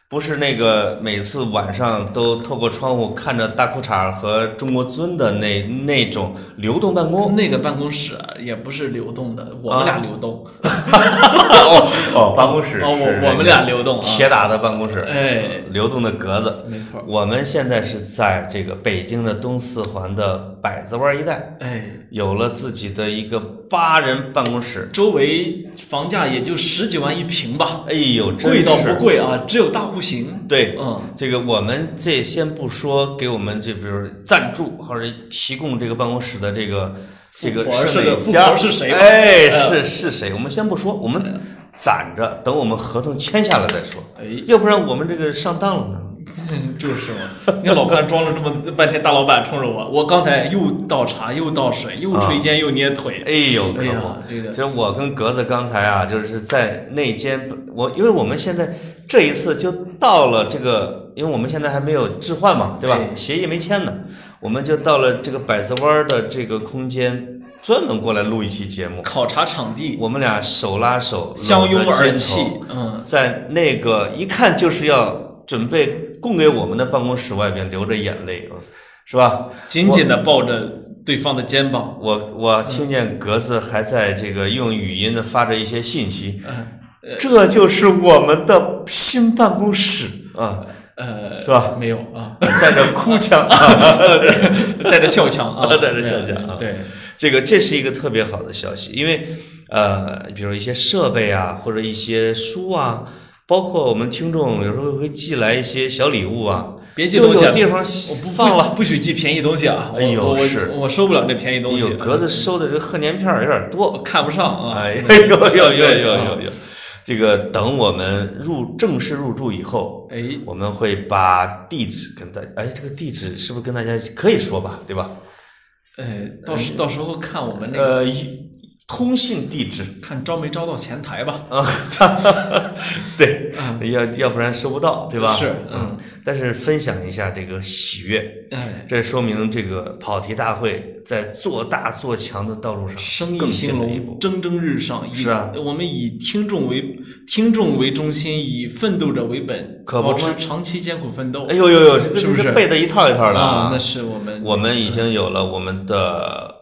Speaker 2: 不是那个每次晚上都透过窗户看着大裤衩和中国尊的那那种流动办公。
Speaker 1: 那个办公室啊也不是流动的，我
Speaker 2: 啊
Speaker 1: 们俩流动，
Speaker 2: 哦哦，办公室
Speaker 1: 哦我
Speaker 2: 是人家
Speaker 1: 我们俩流动啊
Speaker 2: 铁打的办公室，
Speaker 1: 哎，
Speaker 2: 流动的格子。
Speaker 1: 没错，
Speaker 2: 我们现在是在这个北京的东四环的百子湾一带，
Speaker 1: 哎，
Speaker 2: 有了自己的一个八人办公室。
Speaker 1: 周围房价也就十几万一平吧，
Speaker 2: 哎呦，真
Speaker 1: 贵到
Speaker 2: 是
Speaker 1: 不贵啊，只有大户型，
Speaker 2: 对，
Speaker 1: 嗯，
Speaker 2: 这个我们这先不说给我们这比如赞助或者提供这个办公室的这个这个
Speaker 1: 富婆是
Speaker 2: 哪
Speaker 1: 个富
Speaker 2: 家
Speaker 1: 婆是谁吧
Speaker 2: 哎，
Speaker 1: 嗯
Speaker 2: 是是谁？我们先不说，我们攒着，等我们合同签下来再说，
Speaker 1: 哎。
Speaker 2: 要不然我们这个上当了呢。
Speaker 1: 就是嘛，你老潘装了这么半天大老板冲着我，我刚才又倒茶又倒水，又捶肩又捏腿，
Speaker 2: 哎呦，可
Speaker 1: 哎
Speaker 2: 不
Speaker 1: 呀，这个
Speaker 2: 其实我跟格子刚才啊，就是在那间我，因为我们现在这一次就到了这个，因为我们现在还没有置换嘛，对吧？
Speaker 1: 哎
Speaker 2: 协议没签呢，我们就到了这个百子湾的这个空间，专门过来录一期节目。
Speaker 1: 考察场地，
Speaker 2: 我们俩手拉手，
Speaker 1: 相拥
Speaker 2: 搂着
Speaker 1: 而
Speaker 2: 肩
Speaker 1: 泣
Speaker 2: 头，
Speaker 1: 嗯，
Speaker 2: 在那个一看就是要准备供给我们的办公室外边流着眼泪，我是吧？
Speaker 1: 紧紧的抱着对方的肩膀，
Speaker 2: 我我听见格子还在这个用语音的发着一些信息，
Speaker 1: 嗯
Speaker 2: 这就是我们的新办公室啊，
Speaker 1: 呃，
Speaker 2: 是吧？
Speaker 1: 没有啊，
Speaker 2: 带着哭腔啊，，
Speaker 1: 带着笑腔啊
Speaker 2: 带着笑腔啊
Speaker 1: 对，
Speaker 2: 这个这是一个特别好的消息，因为呃，比如一些设备啊，或者一些书啊，包括我们听众有时候会寄来一些小礼物啊，
Speaker 1: 别寄
Speaker 2: 就
Speaker 1: 东西
Speaker 2: 有
Speaker 1: 啊，
Speaker 2: 地方
Speaker 1: 我不
Speaker 2: 放了。
Speaker 1: 不，不许寄便宜东西啊，我
Speaker 2: 哎呦
Speaker 1: 我
Speaker 2: 是
Speaker 1: 我我收不了这便宜
Speaker 2: 哎
Speaker 1: 东
Speaker 2: 呦，
Speaker 1: 西，
Speaker 2: 格子收的这个贺年片儿有点多，
Speaker 1: 我看不上啊，
Speaker 2: 哎， 呦呦呦呦呦呦！这个等我们入正式入住以后，
Speaker 1: 哎，
Speaker 2: 我们会把地址跟大哎，这个地址是不是跟大家可以说吧？对吧？
Speaker 1: 哎，到时到时候看我们那个
Speaker 2: 呃，一通信地址
Speaker 1: 看招没招到前台吧，
Speaker 2: 啊，对，要要不然收不到，对吧？
Speaker 1: 嗯是
Speaker 2: 嗯。但是分享一下这个喜悦，
Speaker 1: 哎。
Speaker 2: 这说明这个跑题大会在做大做强的道路上
Speaker 1: 生
Speaker 2: 更
Speaker 1: 意
Speaker 2: 进
Speaker 1: 兴
Speaker 2: 了一
Speaker 1: 隆，
Speaker 2: 步。
Speaker 1: 蒸蒸日上。以
Speaker 2: 是啊
Speaker 1: 我们以听众为听众为中心，以奋斗者为本，
Speaker 2: 可不
Speaker 1: 保
Speaker 2: 吗
Speaker 1: 持长期艰苦奋斗。
Speaker 2: 哎呦呦呦，这个
Speaker 1: 是不
Speaker 2: 这个
Speaker 1: 是
Speaker 2: 背的一套一套的
Speaker 1: 啊，那是我们
Speaker 2: 我们已经有了我们的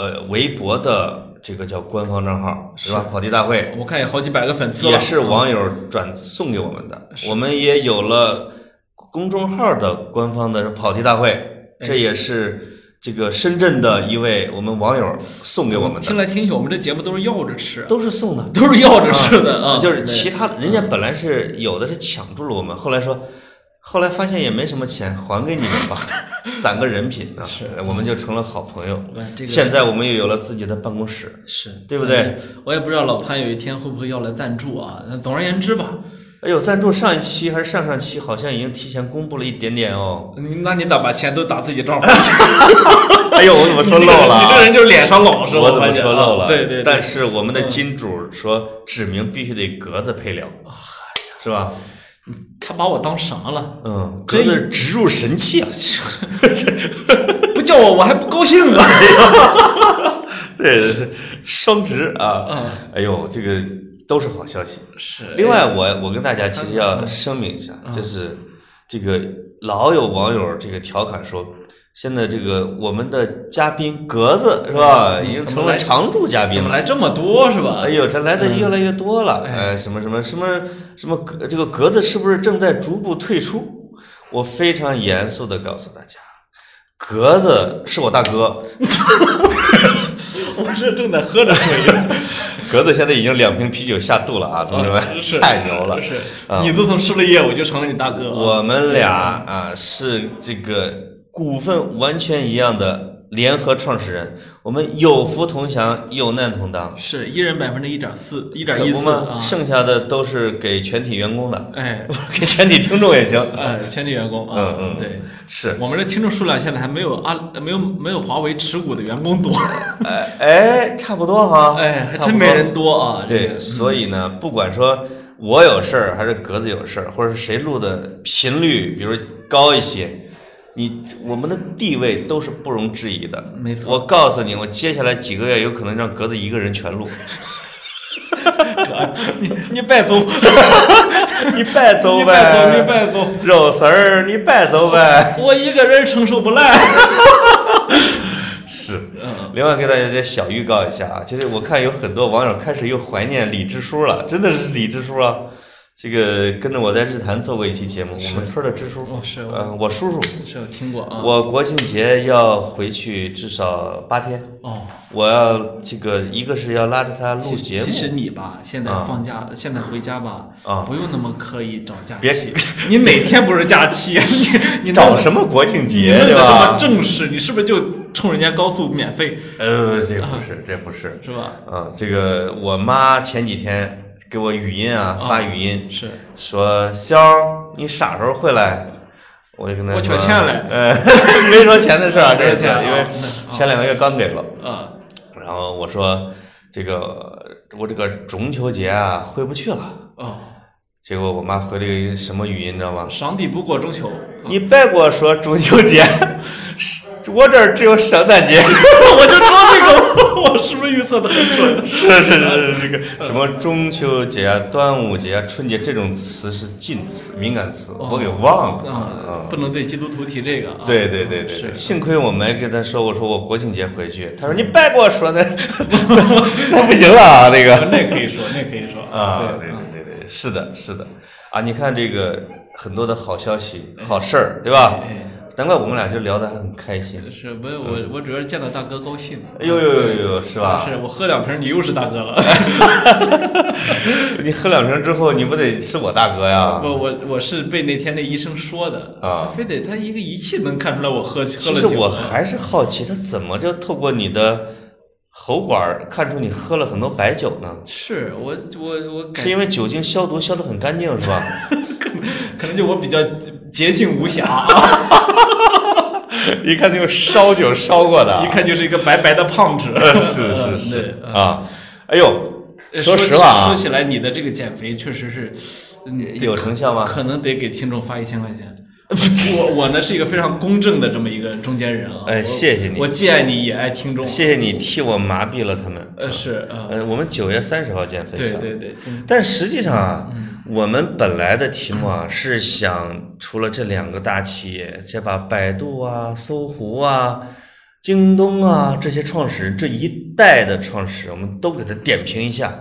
Speaker 2: 呃微博的这个叫官方账号，是吧？跑题大会
Speaker 1: 我看有好几百个粉丝了
Speaker 2: 也，是网友转送给我们的，我们也有了公众号的官方的跑题大会，这也是这个深圳的一位我们网友送给我们的，
Speaker 1: 听来听去，我们这节目都是要着吃，
Speaker 2: 都是送的。
Speaker 1: 都是要着吃的啊，
Speaker 2: 嗯就是
Speaker 1: 对
Speaker 2: 其他的，人家本来是有的是抢住了我们，后来说，后来发现也没什么钱，还给你们 吧，攒个人品啊，我们就成了好朋友。
Speaker 1: 我这个
Speaker 2: 现在我们又有了自己的办公室。
Speaker 1: 是
Speaker 2: 对不对？
Speaker 1: 反正我也不知道老潘有一天会不会要来赞助啊。总而言之吧，。
Speaker 2: 哎呦，赞助上一期还是上上期，好像已经提前公布了一点点哦
Speaker 1: 你那你咋把钱都打自己账户？
Speaker 2: 哎呦，我怎么 说漏了
Speaker 1: 你这个
Speaker 2: 啊？
Speaker 1: 人就是脸上老实，
Speaker 2: 我怎么
Speaker 1: 发现
Speaker 2: 说
Speaker 1: 啊
Speaker 2: 漏了？
Speaker 1: 对对，对
Speaker 2: 但是我们的金主说指明必须得格子配料，
Speaker 1: 哦
Speaker 2: 是吧？
Speaker 1: 他把我当啥了？
Speaker 2: 嗯，格
Speaker 1: 这
Speaker 2: 子植入神器啊！
Speaker 1: 不叫我我还不高兴呢。
Speaker 2: 对，双职啊
Speaker 1: 嗯！
Speaker 2: 哎呦，这个都是哎好消息。
Speaker 1: 是嗯
Speaker 2: 另外，我我跟大家其实要声明一下，就是这个老有网友这个调侃说，现在这个我们的嘉宾格子是吧，
Speaker 1: 嗯
Speaker 2: 已经成了常驻嘉宾
Speaker 1: 怎
Speaker 2: 了
Speaker 1: 么。来这么多是吧？
Speaker 2: 哎呦，这来的越来越多了，
Speaker 1: 嗯
Speaker 2: 哎，什么什么什么什么格，这个格子是不是正在逐步退出？我非常严肃的告诉大家，格子是我大哥，
Speaker 1: 我是正在喝着水，
Speaker 2: 格子现在已经两瓶啤酒下肚了啊，同志们，
Speaker 1: 是
Speaker 2: 太牛了！
Speaker 1: 是
Speaker 2: 啊，
Speaker 1: 你自从失了业，我就成了你大哥。
Speaker 2: 我们俩啊是这个股份完全一样的联合创始人，我们有福同享，有难同当，
Speaker 1: 是一人百分之一点四，一点
Speaker 2: 可
Speaker 1: 一
Speaker 2: 不
Speaker 1: 四
Speaker 2: 嘛，
Speaker 1: 啊，
Speaker 2: 剩下的都是给全体员工的，
Speaker 1: 哎，
Speaker 2: 给全体听众也行。
Speaker 1: 呃，全体员工啊
Speaker 2: 嗯，嗯
Speaker 1: 对，
Speaker 2: 是，
Speaker 1: 我们的听众数量现在还没有阿没有没有华为持股的员工多，
Speaker 2: 哎哎，差不多哈，
Speaker 1: 哎，还
Speaker 2: 差不
Speaker 1: 真
Speaker 2: 多
Speaker 1: 没人多啊。这
Speaker 2: 对，
Speaker 1: 个
Speaker 2: 所以呢，不管说我有事儿，还是格子有事儿，或者是谁录的频率，比如高一些，你我们的地位都是不容置疑的。
Speaker 1: 没错
Speaker 2: 我告诉你，我接下来几个月有可能让格子一个人全 录，
Speaker 1: 你你别 走，
Speaker 2: 你别走
Speaker 1: 你别走，你
Speaker 2: 呗，
Speaker 1: 别走，嗯
Speaker 2: 肉丝儿，你别走呗。
Speaker 1: 我一个人承受不 来。
Speaker 2: 是。
Speaker 1: 嗯，
Speaker 2: 另外给大家再小预告一下啊，其实我看有很多网友开始又怀念李支书了，真的是李支书啊！这个跟着我在日坛做过一期节目，我们村儿的支书，
Speaker 1: 哦是
Speaker 2: 呃，我叔叔，
Speaker 1: 是我听过啊。
Speaker 2: 我国庆节要回去至少八天，
Speaker 1: 哦，
Speaker 2: 我要这个一个是要拉着他录
Speaker 1: 其实
Speaker 2: 节目
Speaker 1: 其，实你吧，现在放假，现在回家吧，
Speaker 2: 啊
Speaker 1: 不用那么刻意找假
Speaker 2: 别
Speaker 1: 期。你哪天不是假 期？你你
Speaker 2: 找
Speaker 1: 么
Speaker 2: 什么国庆
Speaker 1: 你
Speaker 2: 节
Speaker 1: 弄得
Speaker 2: 对
Speaker 1: 这么
Speaker 2: 吧？
Speaker 1: 正式，你是不是就冲人家高速免费
Speaker 2: 呃，这不是，这不是，
Speaker 1: 啊是吧？
Speaker 2: 啊，这个我妈前几天给我语音啊，发语音，
Speaker 1: 是，
Speaker 2: 说肖儿，你啥时候回来？我就跟他说，
Speaker 1: 我缺钱嘞
Speaker 2: 呃， 没说钱的事儿啊，这个
Speaker 1: 啊
Speaker 2: 钱，因为
Speaker 1: 啊
Speaker 2: 前两个月刚给了。
Speaker 1: 啊，
Speaker 2: 然后我说，这个我这个中秋节啊回不去了。
Speaker 1: 哦，
Speaker 2: 结果我妈回了一个什么语音，你知道吗？
Speaker 1: 上帝不过中 秋，哦
Speaker 2: 你别给我说中秋节， 是我这儿只有圣诞节。
Speaker 1: 我就知道这个，我是不是预测的很准？
Speaker 2: 是是是是，这个 什么中秋节啊、端午节啊、春节这种词是禁词、敏感词，我给忘了。嗯
Speaker 1: 啊，不能对基督徒提这个啊。
Speaker 2: 对对对对，对
Speaker 1: 是
Speaker 2: 幸亏我没跟他说，我说我国庆节回去，他说你别跟我说那 那不行了啊，那个
Speaker 1: 那可以说，那可以说
Speaker 2: 啊，对
Speaker 1: 对
Speaker 2: 对对对，是的，是的啊，你看这个很多的好消息、好事儿，对吧
Speaker 1: 哎？
Speaker 2: 难怪我们俩就聊得很开心。
Speaker 1: 是我我我主要是见到大哥高兴。
Speaker 2: 哎呦呦呦呦，是吧？
Speaker 1: 是我喝两瓶，你又是大哥 了。
Speaker 2: 你喝两瓶之后，你不得是我大哥呀？
Speaker 1: 我我我是被那天那医生说的他
Speaker 2: 啊
Speaker 1: 非得他一个仪器能看出来我喝喝
Speaker 2: 其
Speaker 1: 了
Speaker 2: 实
Speaker 1: 酒。
Speaker 2: 我还是好奇，他怎么就透过你的喉管儿看出你喝了很多白酒呢？
Speaker 1: 是我我我感
Speaker 2: 是因为酒精消毒消得很干净，是吧？
Speaker 1: 可能就我比较洁净无瑕，
Speaker 2: 啊一看就是烧酒烧过 的啊
Speaker 1: 一看就是一个白白的胖子。
Speaker 2: 是是是
Speaker 1: 对
Speaker 2: 啊，哎呦，
Speaker 1: 呃
Speaker 2: 呃说
Speaker 1: 起
Speaker 2: 实话
Speaker 1: 说
Speaker 2: 啊，
Speaker 1: 起来你的这个减肥确实是，嗯
Speaker 2: 有成效吗？
Speaker 1: 可能得给听众发一千块 钱。我我呢是一个非常公正的这么一个中间人啊。
Speaker 2: 哎
Speaker 1: 我
Speaker 2: 谢谢你
Speaker 1: 我既爱你也爱听众。啊
Speaker 2: 谢谢你替我麻痹了他们。
Speaker 1: 呃，是啊，
Speaker 2: 呃，我们九月三十号见分
Speaker 1: 对嗯
Speaker 2: 享。
Speaker 1: 对对，今
Speaker 2: 但实际上啊，我们本来的题目啊是想除了这两个大企业，再把百度啊、搜狐啊、京东啊这些创始人这一代的创始人，我们都给他点评一下。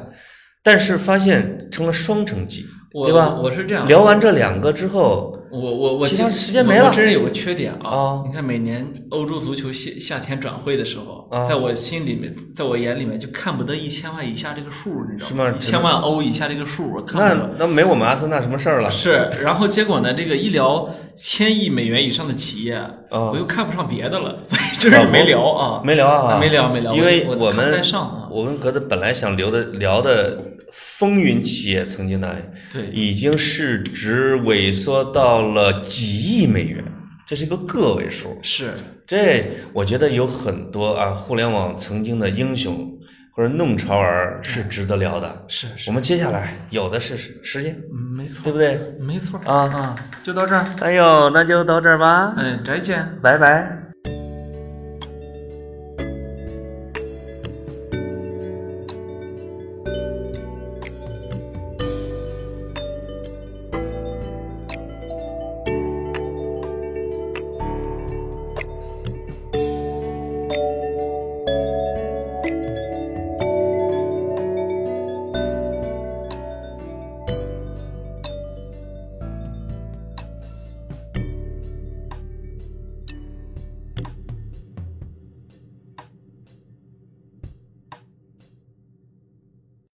Speaker 2: 但是发现成了双城记，
Speaker 1: 我
Speaker 2: 对吧？
Speaker 1: 我我是这样
Speaker 2: 聊完这两个之后，
Speaker 1: 我我我
Speaker 2: 其他
Speaker 1: 这
Speaker 2: 时间
Speaker 1: 我
Speaker 2: 没了
Speaker 1: 我真是有个缺点啊！
Speaker 2: 啊
Speaker 1: 你看，每年欧洲足球夏夏天转会的时候，
Speaker 2: 啊
Speaker 1: 在我心里面，在我眼里面就看不得一千万以下这个数，你知道
Speaker 2: 是吗
Speaker 1: 一千万欧以下这个数，我看
Speaker 2: 那
Speaker 1: 不得。
Speaker 2: 那没我们阿森纳什么事儿了。
Speaker 1: 是，然后结果呢？这个医疗千亿美元以上的企业，
Speaker 2: 啊
Speaker 1: 我又看不上别的了，所以就是没聊啊，
Speaker 2: 没聊啊，
Speaker 1: 没聊没聊，
Speaker 2: 因为
Speaker 1: 我
Speaker 2: 我
Speaker 1: 看不
Speaker 2: 们
Speaker 1: 太上啊。
Speaker 2: 我跟格子本来想聊的聊的风云企业曾经的，
Speaker 1: 对
Speaker 2: 已经市值萎缩到了几亿美元，这是一个个位数。
Speaker 1: 是，
Speaker 2: 这我觉得有很多啊，互联网曾经的英雄或者弄潮儿是值得聊的。
Speaker 1: 是是
Speaker 2: 我们接下来有的是时时间，
Speaker 1: 嗯没错，
Speaker 2: 对不对？
Speaker 1: 没错
Speaker 2: 啊
Speaker 1: 啊，就到这儿，
Speaker 2: 哎呦，那就到这儿吧，
Speaker 1: 嗯，再见。
Speaker 2: 拜拜。